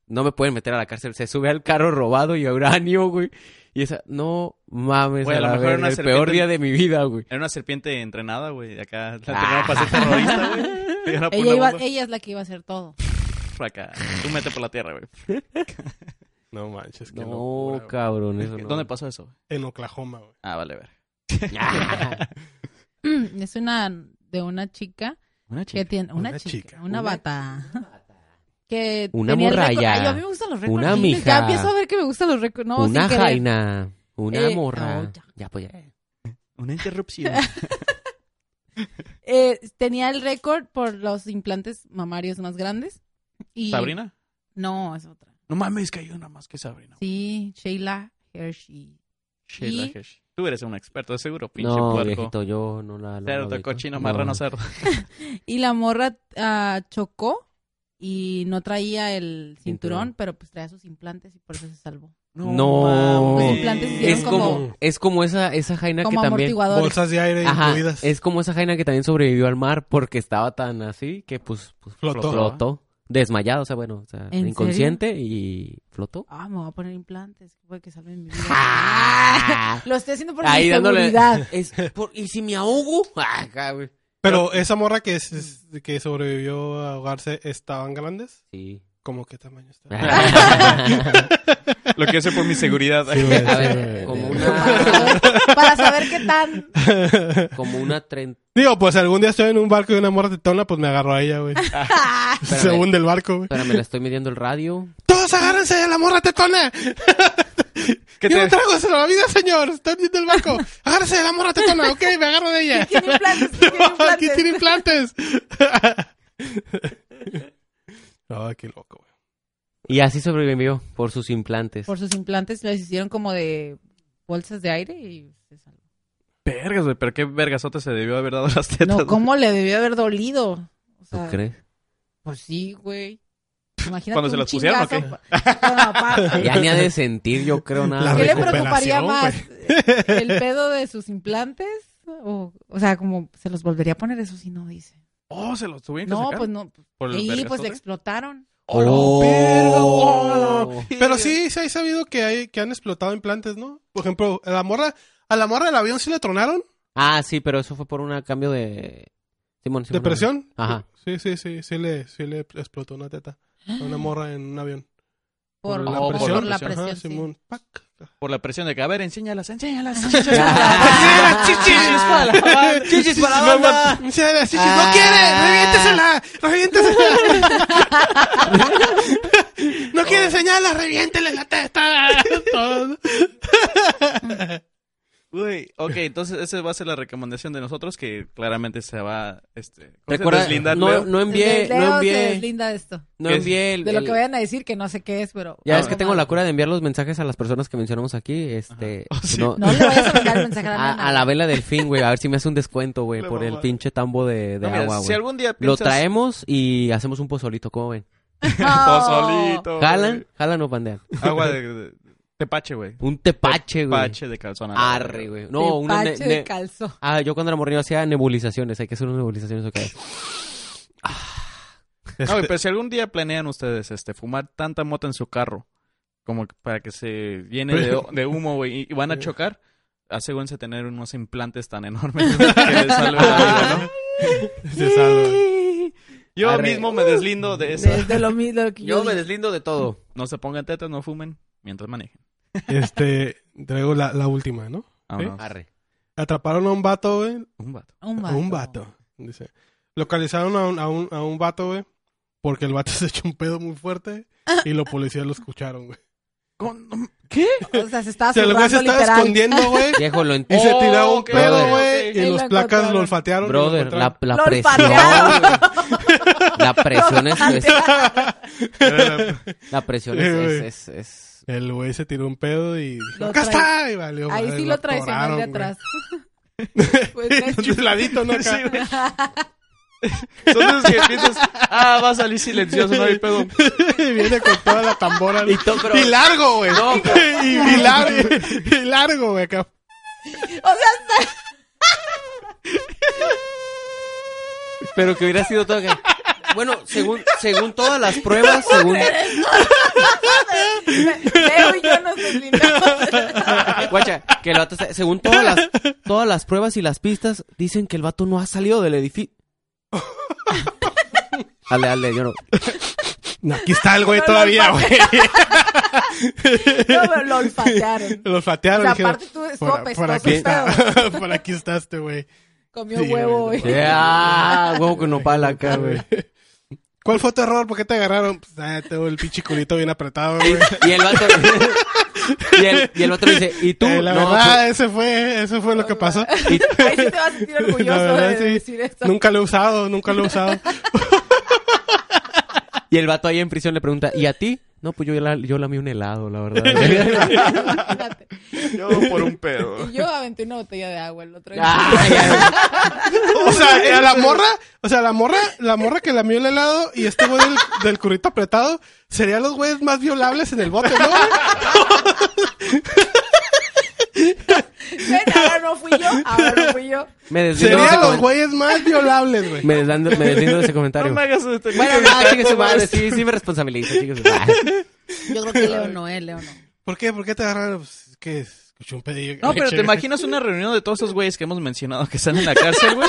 Speaker 2: No me pueden meter a la cárcel. Se sube al carro robado y a uranio, güey. Y esa, no mames,
Speaker 1: Güey,
Speaker 2: a lo mejor
Speaker 1: era una
Speaker 2: el peor
Speaker 1: serpiente-
Speaker 2: día de mi vida, güey.
Speaker 1: Era una serpiente entrenada, güey. Acá la
Speaker 2: Ah.
Speaker 1: entrenaron para ser terrorista, güey. Le dieron una
Speaker 4: Ella, iba-
Speaker 1: bomba.
Speaker 4: ella es la que iba a hacer todo.
Speaker 1: Acá. Tú mete por la tierra, güey.
Speaker 3: No manches, qué
Speaker 2: No,
Speaker 3: locura, güey.
Speaker 2: cabrón, eso no.
Speaker 1: ¿Dónde pasó eso?
Speaker 3: En Oklahoma, güey.
Speaker 1: Ah, vale, a ver.
Speaker 2: Ah,
Speaker 4: Es una de una chica
Speaker 1: Una
Speaker 4: que tiene una,
Speaker 3: Una
Speaker 4: chica,
Speaker 3: chica.
Speaker 4: una
Speaker 2: Una-
Speaker 4: bata. Que
Speaker 2: Una
Speaker 4: tenía el
Speaker 2: morralla.
Speaker 4: récord- Ay, yo, a mí me gustan los récords.
Speaker 2: Una
Speaker 4: Guinness, Ya
Speaker 2: mija.
Speaker 4: empiezo a ver que me gustan los récords. No,
Speaker 2: una
Speaker 4: sin querer.
Speaker 2: jaina, una
Speaker 4: Eh,
Speaker 2: morra.
Speaker 4: no, ya.
Speaker 2: ya. pues ya.
Speaker 1: Una interrupción.
Speaker 4: Eh, tenía el récord por los implantes mamarios más grandes. Y...
Speaker 1: ¿Sabrina?
Speaker 4: No, es otra.
Speaker 1: No mames, que hay una más que Sabrina.
Speaker 4: Sí, Sheila Hershey.
Speaker 1: Sheila
Speaker 4: Y-
Speaker 1: Hesh. Tú eres un experto, de seguro, pinche
Speaker 2: No,
Speaker 1: puerco.
Speaker 2: viejito, yo no la... la-
Speaker 1: Cerdo,
Speaker 2: la-
Speaker 1: cochino,
Speaker 2: no.
Speaker 1: marrano, cerdo.
Speaker 4: Y la morra ah, chocó y no traía el cinturón,
Speaker 2: Cinturón.
Speaker 4: pero pues traía sus implantes y por eso se salvó.
Speaker 2: No.
Speaker 1: mames.
Speaker 4: Los implantes
Speaker 2: Es
Speaker 4: Hicieron como-
Speaker 2: como, es como esa, esa jaina
Speaker 4: Como
Speaker 2: que también...
Speaker 4: amortiguadores.
Speaker 3: Bolsas de aire
Speaker 2: Ajá,
Speaker 3: incluidas.
Speaker 2: es como esa jaina que también sobrevivió al mar porque estaba tan así que pues, pues,
Speaker 3: Flotó.
Speaker 2: flotó. Desmayado, o sea, bueno, o sea,
Speaker 4: ¿En
Speaker 2: inconsciente y flotó.
Speaker 4: Ah, me voy a poner implantes. Puede que salven mi vida.
Speaker 2: Ah.
Speaker 4: Lo estoy haciendo por
Speaker 2: Ahí
Speaker 4: mi
Speaker 2: dándole...
Speaker 4: seguridad.
Speaker 2: Es por- ¿Y si me ahogo? Ah, cabrón.
Speaker 3: Pero esa morra que, es- es- que sobrevivió a ahogarse, ¿estaban grandes?
Speaker 2: Sí.
Speaker 3: ¿Cómo qué tamaño estaban?
Speaker 2: A
Speaker 1: Lo que hice por mi seguridad.
Speaker 2: ver, como
Speaker 4: Para
Speaker 2: una...
Speaker 4: saber- Para saber qué tan.
Speaker 2: Como una treinta...
Speaker 3: Digo, pues algún día estoy en un barco y una morra tetona, pues me agarró a ella, güey.
Speaker 2: Ah.
Speaker 3: Se
Speaker 2: Espérame.
Speaker 3: hunde el barco, güey.
Speaker 2: Espérame, le estoy midiendo el radio.
Speaker 3: ¡Todos agárrense de la morra tetona!
Speaker 1: ¿Qué
Speaker 3: ¡Yo
Speaker 1: te-
Speaker 3: no trago se la vida, señor! ¡Están viendo el barco! ¡Agárrense de la morra tetona! ¡Ok, me agarro de ella!
Speaker 4: Tiene implantes. Tiene
Speaker 3: ¡Aquí
Speaker 4: implantes.
Speaker 3: tiene implantes! ¡Ay, qué loco, güey!
Speaker 2: Y así sobrevivió por sus implantes.
Speaker 4: Por sus implantes los hicieron como de bolsas de aire y se salvó.
Speaker 1: Vergas, güey, pero qué vergasote se debió haber dado las tetas.
Speaker 4: No, ¿cómo le debió haber dolido? O
Speaker 2: ¿Tú
Speaker 4: sea,
Speaker 2: crees?
Speaker 4: pues sí, güey. Imagínate
Speaker 1: ¿Cuando se
Speaker 4: un
Speaker 1: las pusieron o
Speaker 4: chingazo. Bueno, aparte.
Speaker 2: Ya ni ha de sentir, yo creo, nada.
Speaker 3: La
Speaker 4: ¿Qué le
Speaker 2: güey.
Speaker 4: preocuparía
Speaker 3: recuperación,
Speaker 4: más? ¿El pedo de sus implantes? O, o sea, como se los volvería a poner, eso sí no dice.
Speaker 1: Oh, se los tuvieron que
Speaker 4: No,
Speaker 1: sacar
Speaker 4: pues no.
Speaker 1: por el
Speaker 4: Y pues
Speaker 1: vergazote.
Speaker 4: le explotaron.
Speaker 2: Oh.
Speaker 4: oh,
Speaker 3: Pero sí, sí hay sabido que hay que han explotado implantes, ¿no? Por ejemplo, a la morra, a la morra del avión sí le tronaron
Speaker 2: Ah, sí, pero eso fue por un cambio de... Simón, Simón,
Speaker 3: depresión.
Speaker 2: Ajá.
Speaker 3: Sí, sí, sí, sí le, sí le explotó una teta a una morra en un avión.
Speaker 4: Por,
Speaker 1: Ah, la
Speaker 4: Oh, por-
Speaker 1: presión. Ah,
Speaker 4: por la
Speaker 3: Ajá,
Speaker 4: presión. sí.
Speaker 3: Simón. Pac.
Speaker 1: Por la presión de que, a ver, enséñalas, enséñalas.
Speaker 2: Ah.
Speaker 3: Chichis para la-
Speaker 2: Chichis para la banda.
Speaker 3: Sí, sí, sí,
Speaker 4: Ah.
Speaker 3: ¡No quiere! ¡Reviéntesela! ¡Reviéntesela! ¡No quiere señalas! ¡Reviéntele la testa! Todo.
Speaker 1: Güey, ok, entonces esa va a ser la recomendación de nosotros que claramente se va este, ¿cómo se
Speaker 2: Recuerda,
Speaker 1: deslindar
Speaker 2: no,
Speaker 1: Leo?
Speaker 2: no envié,
Speaker 4: Desde Leo
Speaker 2: no
Speaker 4: se
Speaker 2: envié,
Speaker 4: deslinda de esto.
Speaker 2: no
Speaker 1: ¿Qué es?
Speaker 2: envié el-
Speaker 4: De lo
Speaker 2: el-
Speaker 4: que vayan a decir que no sé qué es, pero...
Speaker 2: Ya
Speaker 1: Ah,
Speaker 2: es que
Speaker 1: bueno.
Speaker 2: tengo la cura de enviar los mensajes a las personas que mencionamos aquí, este,
Speaker 1: Oh, sí.
Speaker 2: no,
Speaker 4: No le vayas a mandar mensaje a la nana.
Speaker 2: a, a la vela del fin, güey, a ver si me hace un descuento, güey,
Speaker 3: La
Speaker 2: por el
Speaker 3: mamá.
Speaker 2: pinche tambo de, de
Speaker 1: No, mira,
Speaker 2: agua, güey.
Speaker 1: si algún día
Speaker 2: Lo
Speaker 1: piensas...
Speaker 2: traemos y hacemos un pozolito, ¿cómo ven?
Speaker 4: No.
Speaker 1: Pozolito,
Speaker 2: ¿Jalan?
Speaker 1: güey.
Speaker 2: ¿Jalan o pandean?
Speaker 1: Agua de, de- tepache, güey.
Speaker 2: Un tepache, güey.
Speaker 1: Tepache de calzón. a la
Speaker 2: Arre,
Speaker 1: verga.
Speaker 2: güey. No, una ne-
Speaker 4: Tepache de
Speaker 2: ne-
Speaker 4: calzón.
Speaker 2: Ah, yo cuando era morrillo hacía nebulizaciones, hay que hacer unas nebulizaciones, ok.
Speaker 1: No,
Speaker 2: Este
Speaker 1: güey, pero si algún día planean ustedes este fumar tanta mota en su carro como que para que se llene de, de humo, güey, y- y van a chocar, asegúrense de tener unos implantes tan enormes que les salven la
Speaker 3: Ah.
Speaker 1: vida, ¿no?
Speaker 3: Se salva.
Speaker 1: Yo
Speaker 2: Arre.
Speaker 1: mismo me deslindo de eso.
Speaker 4: Desde lo mismo que yo,
Speaker 2: Yo me deslindo de todo.
Speaker 1: No se pongan tetas, no fumen mientras manejen.
Speaker 3: Este, traigo la, la última, ¿no?
Speaker 1: Vámonos.
Speaker 2: Arre.
Speaker 3: Atraparon a un vato, güey.
Speaker 1: Un vato.
Speaker 4: Un
Speaker 3: A
Speaker 4: vato.
Speaker 3: Un vato. Dice. Localizaron a un, a un, a un vato, güey. Porque el vato se echó un pedo muy fuerte. Y los policías lo escucharon, güey.
Speaker 1: ¿Qué?
Speaker 4: O sea, se estaba
Speaker 3: O sea, el güey se
Speaker 4: zurrando
Speaker 3: estaba
Speaker 4: literal.
Speaker 3: escondiendo, güey.
Speaker 2: Viejo, lo
Speaker 3: Y
Speaker 2: entiendo.
Speaker 3: se
Speaker 1: Oh,
Speaker 3: tiraba un
Speaker 1: ok,
Speaker 3: pedo,
Speaker 2: ok,
Speaker 3: güey.
Speaker 1: ok.
Speaker 4: Y
Speaker 3: Y
Speaker 4: lo
Speaker 3: los placas
Speaker 4: encontraron.
Speaker 3: lo olfatearon. y lo
Speaker 2: Brother,
Speaker 3: encontraron.
Speaker 2: la, la
Speaker 4: Lo
Speaker 2: presión. La presión
Speaker 4: olfatearon.
Speaker 2: es, es- la presión es,
Speaker 3: Sí, güey.
Speaker 2: es- es- es-
Speaker 3: El güey se tiró un pedo y dijo,
Speaker 4: Lo
Speaker 3: ¡Acá
Speaker 4: trai-
Speaker 3: está! Y valió,
Speaker 4: Ahí
Speaker 3: madre,
Speaker 4: sí lo traicionó de
Speaker 3: atoraron, güey.
Speaker 4: atrás. Pues,
Speaker 3: De un ladito, ¿no? Acá.
Speaker 1: Son esos que piensas, ah, va a salir silencioso, no hay pedo.
Speaker 3: y viene con toda la tambora.
Speaker 2: Y
Speaker 3: Y,
Speaker 2: to- pero-
Speaker 3: largo, güey.
Speaker 2: No,
Speaker 3: y, y largo, y largo, güey. acá.
Speaker 4: O sea, está-
Speaker 2: Pero que hubiera sido todo. que- Bueno, según, según todas las pruebas, según.
Speaker 4: Leo y yo nos deslindamos.
Speaker 2: Guacha, que el vato se- según todas las, todas las pruebas y las pistas, dicen que el vato no ha salido del edificio. Dale, dale, yo no.
Speaker 3: No, aquí está el güey
Speaker 4: No, lo
Speaker 3: todavía, güey.
Speaker 4: No, pero lo olfatearon.
Speaker 3: Los
Speaker 4: O
Speaker 3: flatearon.
Speaker 4: sea,
Speaker 3: dijeron,
Speaker 4: aparte tú estuvo
Speaker 3: por, por
Speaker 4: apestoso
Speaker 3: aquí
Speaker 4: el
Speaker 3: está. por aquí está este güey.
Speaker 4: Comió
Speaker 3: Sí,
Speaker 4: huevo
Speaker 3: güey.
Speaker 4: hoy.
Speaker 2: Ah, huevo que no pala acá, güey.
Speaker 3: ¿Cuál fue tu error? ¿Por qué te agarraron? Pues, ah, tengo el pinche culito bien apretado, güey.
Speaker 2: Y el vato. Y el, y el vato le dice, ¿y tú?
Speaker 3: Eh, la
Speaker 2: No,
Speaker 3: verdad, ese fue, eso fue lo que pasó.
Speaker 2: pues, y-
Speaker 4: Ahí sí te vas a sentir orgulloso
Speaker 3: La verdad,
Speaker 4: de
Speaker 3: sí.
Speaker 4: decir eso.
Speaker 3: Nunca lo he usado, nunca lo he usado.
Speaker 2: y el vato ahí en prisión le pregunta, ¿y a ti? No, pues yo la, yo lamí un helado, la verdad.
Speaker 4: Imagínate.
Speaker 1: Yo por un pedo.
Speaker 4: Y yo aventé una botella de agua el otro día.
Speaker 2: Ah, ya,
Speaker 3: O sea, eh, a la morra, o sea, la morra, la morra que lamió el helado y este güey del, del currito apretado serían los güeyes más violables en el bote, ¿no?
Speaker 4: Ven, ahora no fui yo, ahora no fui yo.
Speaker 2: me deslindo de ese
Speaker 3: Serían los
Speaker 2: comen-
Speaker 3: güeyes más violables, güey.
Speaker 2: me deslando- me deslindo de ese comentario.
Speaker 1: No me hagas este
Speaker 2: Bueno, no, chicas, su madre, sí, sí me responsabilizo, chicas.
Speaker 7: Yo creo que Leo no, eh, Leo no.
Speaker 3: ¿Por qué? ¿Por qué te agarraron? Pues, es que escuché un pedillo.
Speaker 1: No, pero te imaginas una reunión de todos esos güeyes que hemos mencionado que están en la cárcel, güey.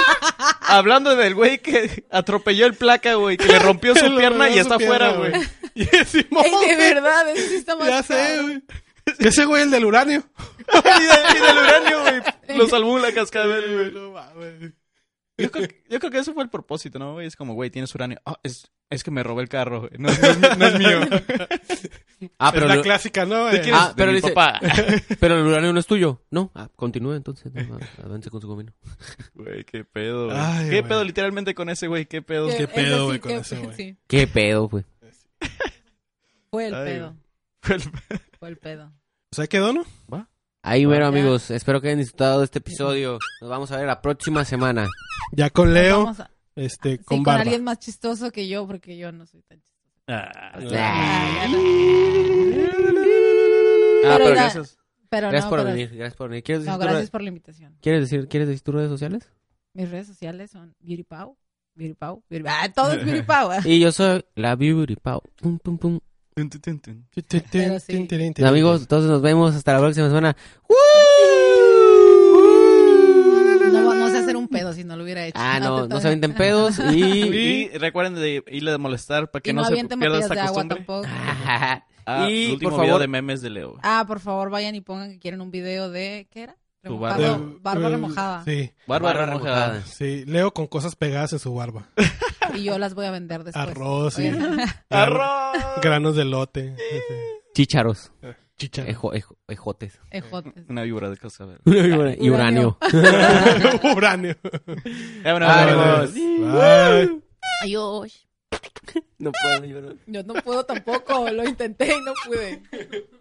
Speaker 1: Hablando del güey que atropelló el placa, güey, que le rompió su pierna y está afuera, güey.
Speaker 3: Y Simón,
Speaker 4: Ey, de verdad, eso sí está más
Speaker 3: Ya sé,
Speaker 4: caro.
Speaker 3: güey. Que ese güey el del uranio.
Speaker 1: Y, de- y del uranio, güey. Lo salvó la cascabel, güey.
Speaker 3: No mames.
Speaker 1: Yo creo, que, yo creo que eso fue el propósito, ¿no, güey? Es como, güey, tienes uranio. Ah, es, es que me robé el carro, güey. No, es- no es mi- no es mío.
Speaker 2: Ah,
Speaker 3: Es
Speaker 2: pero,
Speaker 3: la
Speaker 2: lo-
Speaker 3: clásica, ¿no? Eh,
Speaker 2: Ah,
Speaker 1: de
Speaker 2: pero
Speaker 1: mi
Speaker 2: dice-
Speaker 1: papá.
Speaker 2: pero el uranio no es tuyo. No, ah, continúe entonces. no, av- avance con su camino.
Speaker 1: Güey, qué pedo, güey.
Speaker 3: Ay,
Speaker 1: qué
Speaker 3: güey.
Speaker 1: pedo literalmente con ese güey, qué pedo.
Speaker 3: Pues, Qué
Speaker 4: Que- eso
Speaker 3: pedo,
Speaker 4: sí
Speaker 3: güey, con
Speaker 4: que-
Speaker 3: ese, güey.
Speaker 4: sí,
Speaker 2: Qué pedo, pues. güey.
Speaker 4: fue el
Speaker 1: Ay,
Speaker 4: pedo,
Speaker 1: Fue el-
Speaker 4: fue el pedo.
Speaker 3: Pues ahí quedó, ¿no?
Speaker 2: Ahí, bueno,
Speaker 4: Ya.
Speaker 2: amigos, espero que hayan disfrutado de este episodio. Nos vamos a ver la próxima semana.
Speaker 3: Ya con Leo,
Speaker 4: Vamos a-
Speaker 3: este,
Speaker 4: sí,
Speaker 3: con
Speaker 4: con
Speaker 3: barba.
Speaker 4: alguien más chistoso que yo, porque yo no soy tan chistoso.
Speaker 1: Ah,
Speaker 2: Ah,
Speaker 4: Ah, ya no.
Speaker 2: pero
Speaker 4: Pero
Speaker 2: gracias,
Speaker 4: ya- Pero
Speaker 2: gracias
Speaker 4: no,
Speaker 2: por
Speaker 4: pero-
Speaker 2: venir, gracias por venir. ¿Quieres decir,
Speaker 4: No,
Speaker 2: tus
Speaker 4: gracias
Speaker 2: redes-
Speaker 4: por la invitación.
Speaker 2: ¿Quieres decir, quieres decir tus redes sociales?
Speaker 4: Mis redes sociales son Beauty Pau, Beauty Pau, Beauty Ah, todo es Beauty Pau. ¿eh?
Speaker 2: Y yo soy la Beauty Pau. Pum, pum, pum.
Speaker 1: Tun, tun, tun, tun.
Speaker 3: Tin, tin, tin,
Speaker 4: Pero sí.
Speaker 3: tin, tin, tin.
Speaker 2: Amigos, entonces nos vemos hasta la próxima semana.
Speaker 7: No, no sé hacer un pedo si no lo hubiera hecho.
Speaker 2: Ah, no,
Speaker 7: te-
Speaker 2: no se avienten pedos y...
Speaker 1: Y recuerden de irle a molestar para que
Speaker 4: Y
Speaker 1: no,
Speaker 4: no
Speaker 1: se
Speaker 4: avienten
Speaker 1: pierda
Speaker 4: botellas
Speaker 1: esta
Speaker 4: de agua
Speaker 1: costumbre.
Speaker 4: tampoco.
Speaker 1: Ah, el
Speaker 2: y
Speaker 1: último
Speaker 2: por
Speaker 1: video
Speaker 2: favor,
Speaker 1: de memes de Leo.
Speaker 4: Ah, por favor, vayan y pongan que quieren un video de... ¿Qué era?
Speaker 1: Tu
Speaker 4: Remojado,
Speaker 1: barba.
Speaker 4: barba
Speaker 3: Eh,
Speaker 4: remojada.
Speaker 3: Sí,
Speaker 1: Barba,
Speaker 2: Barba
Speaker 1: remojada.
Speaker 2: remojada.
Speaker 3: sí. Leo con cosas pegadas en su barba.
Speaker 4: Y yo las voy a vender después.
Speaker 3: Arroz y
Speaker 4: Oigan,
Speaker 1: ¡Arroz!
Speaker 3: granos de lote.
Speaker 2: chicharos.
Speaker 3: Chicha.
Speaker 2: Ejo- ejo- ejotes.
Speaker 4: Ejotes.
Speaker 1: Una víbora de cosa. Eh,
Speaker 2: y uranio.
Speaker 3: Uranio.
Speaker 1: bueno,
Speaker 2: Ánimos.
Speaker 3: Bye.
Speaker 8: Adiós.
Speaker 2: No puedo, yo no-
Speaker 4: Yo no puedo tampoco, lo intenté y no pude.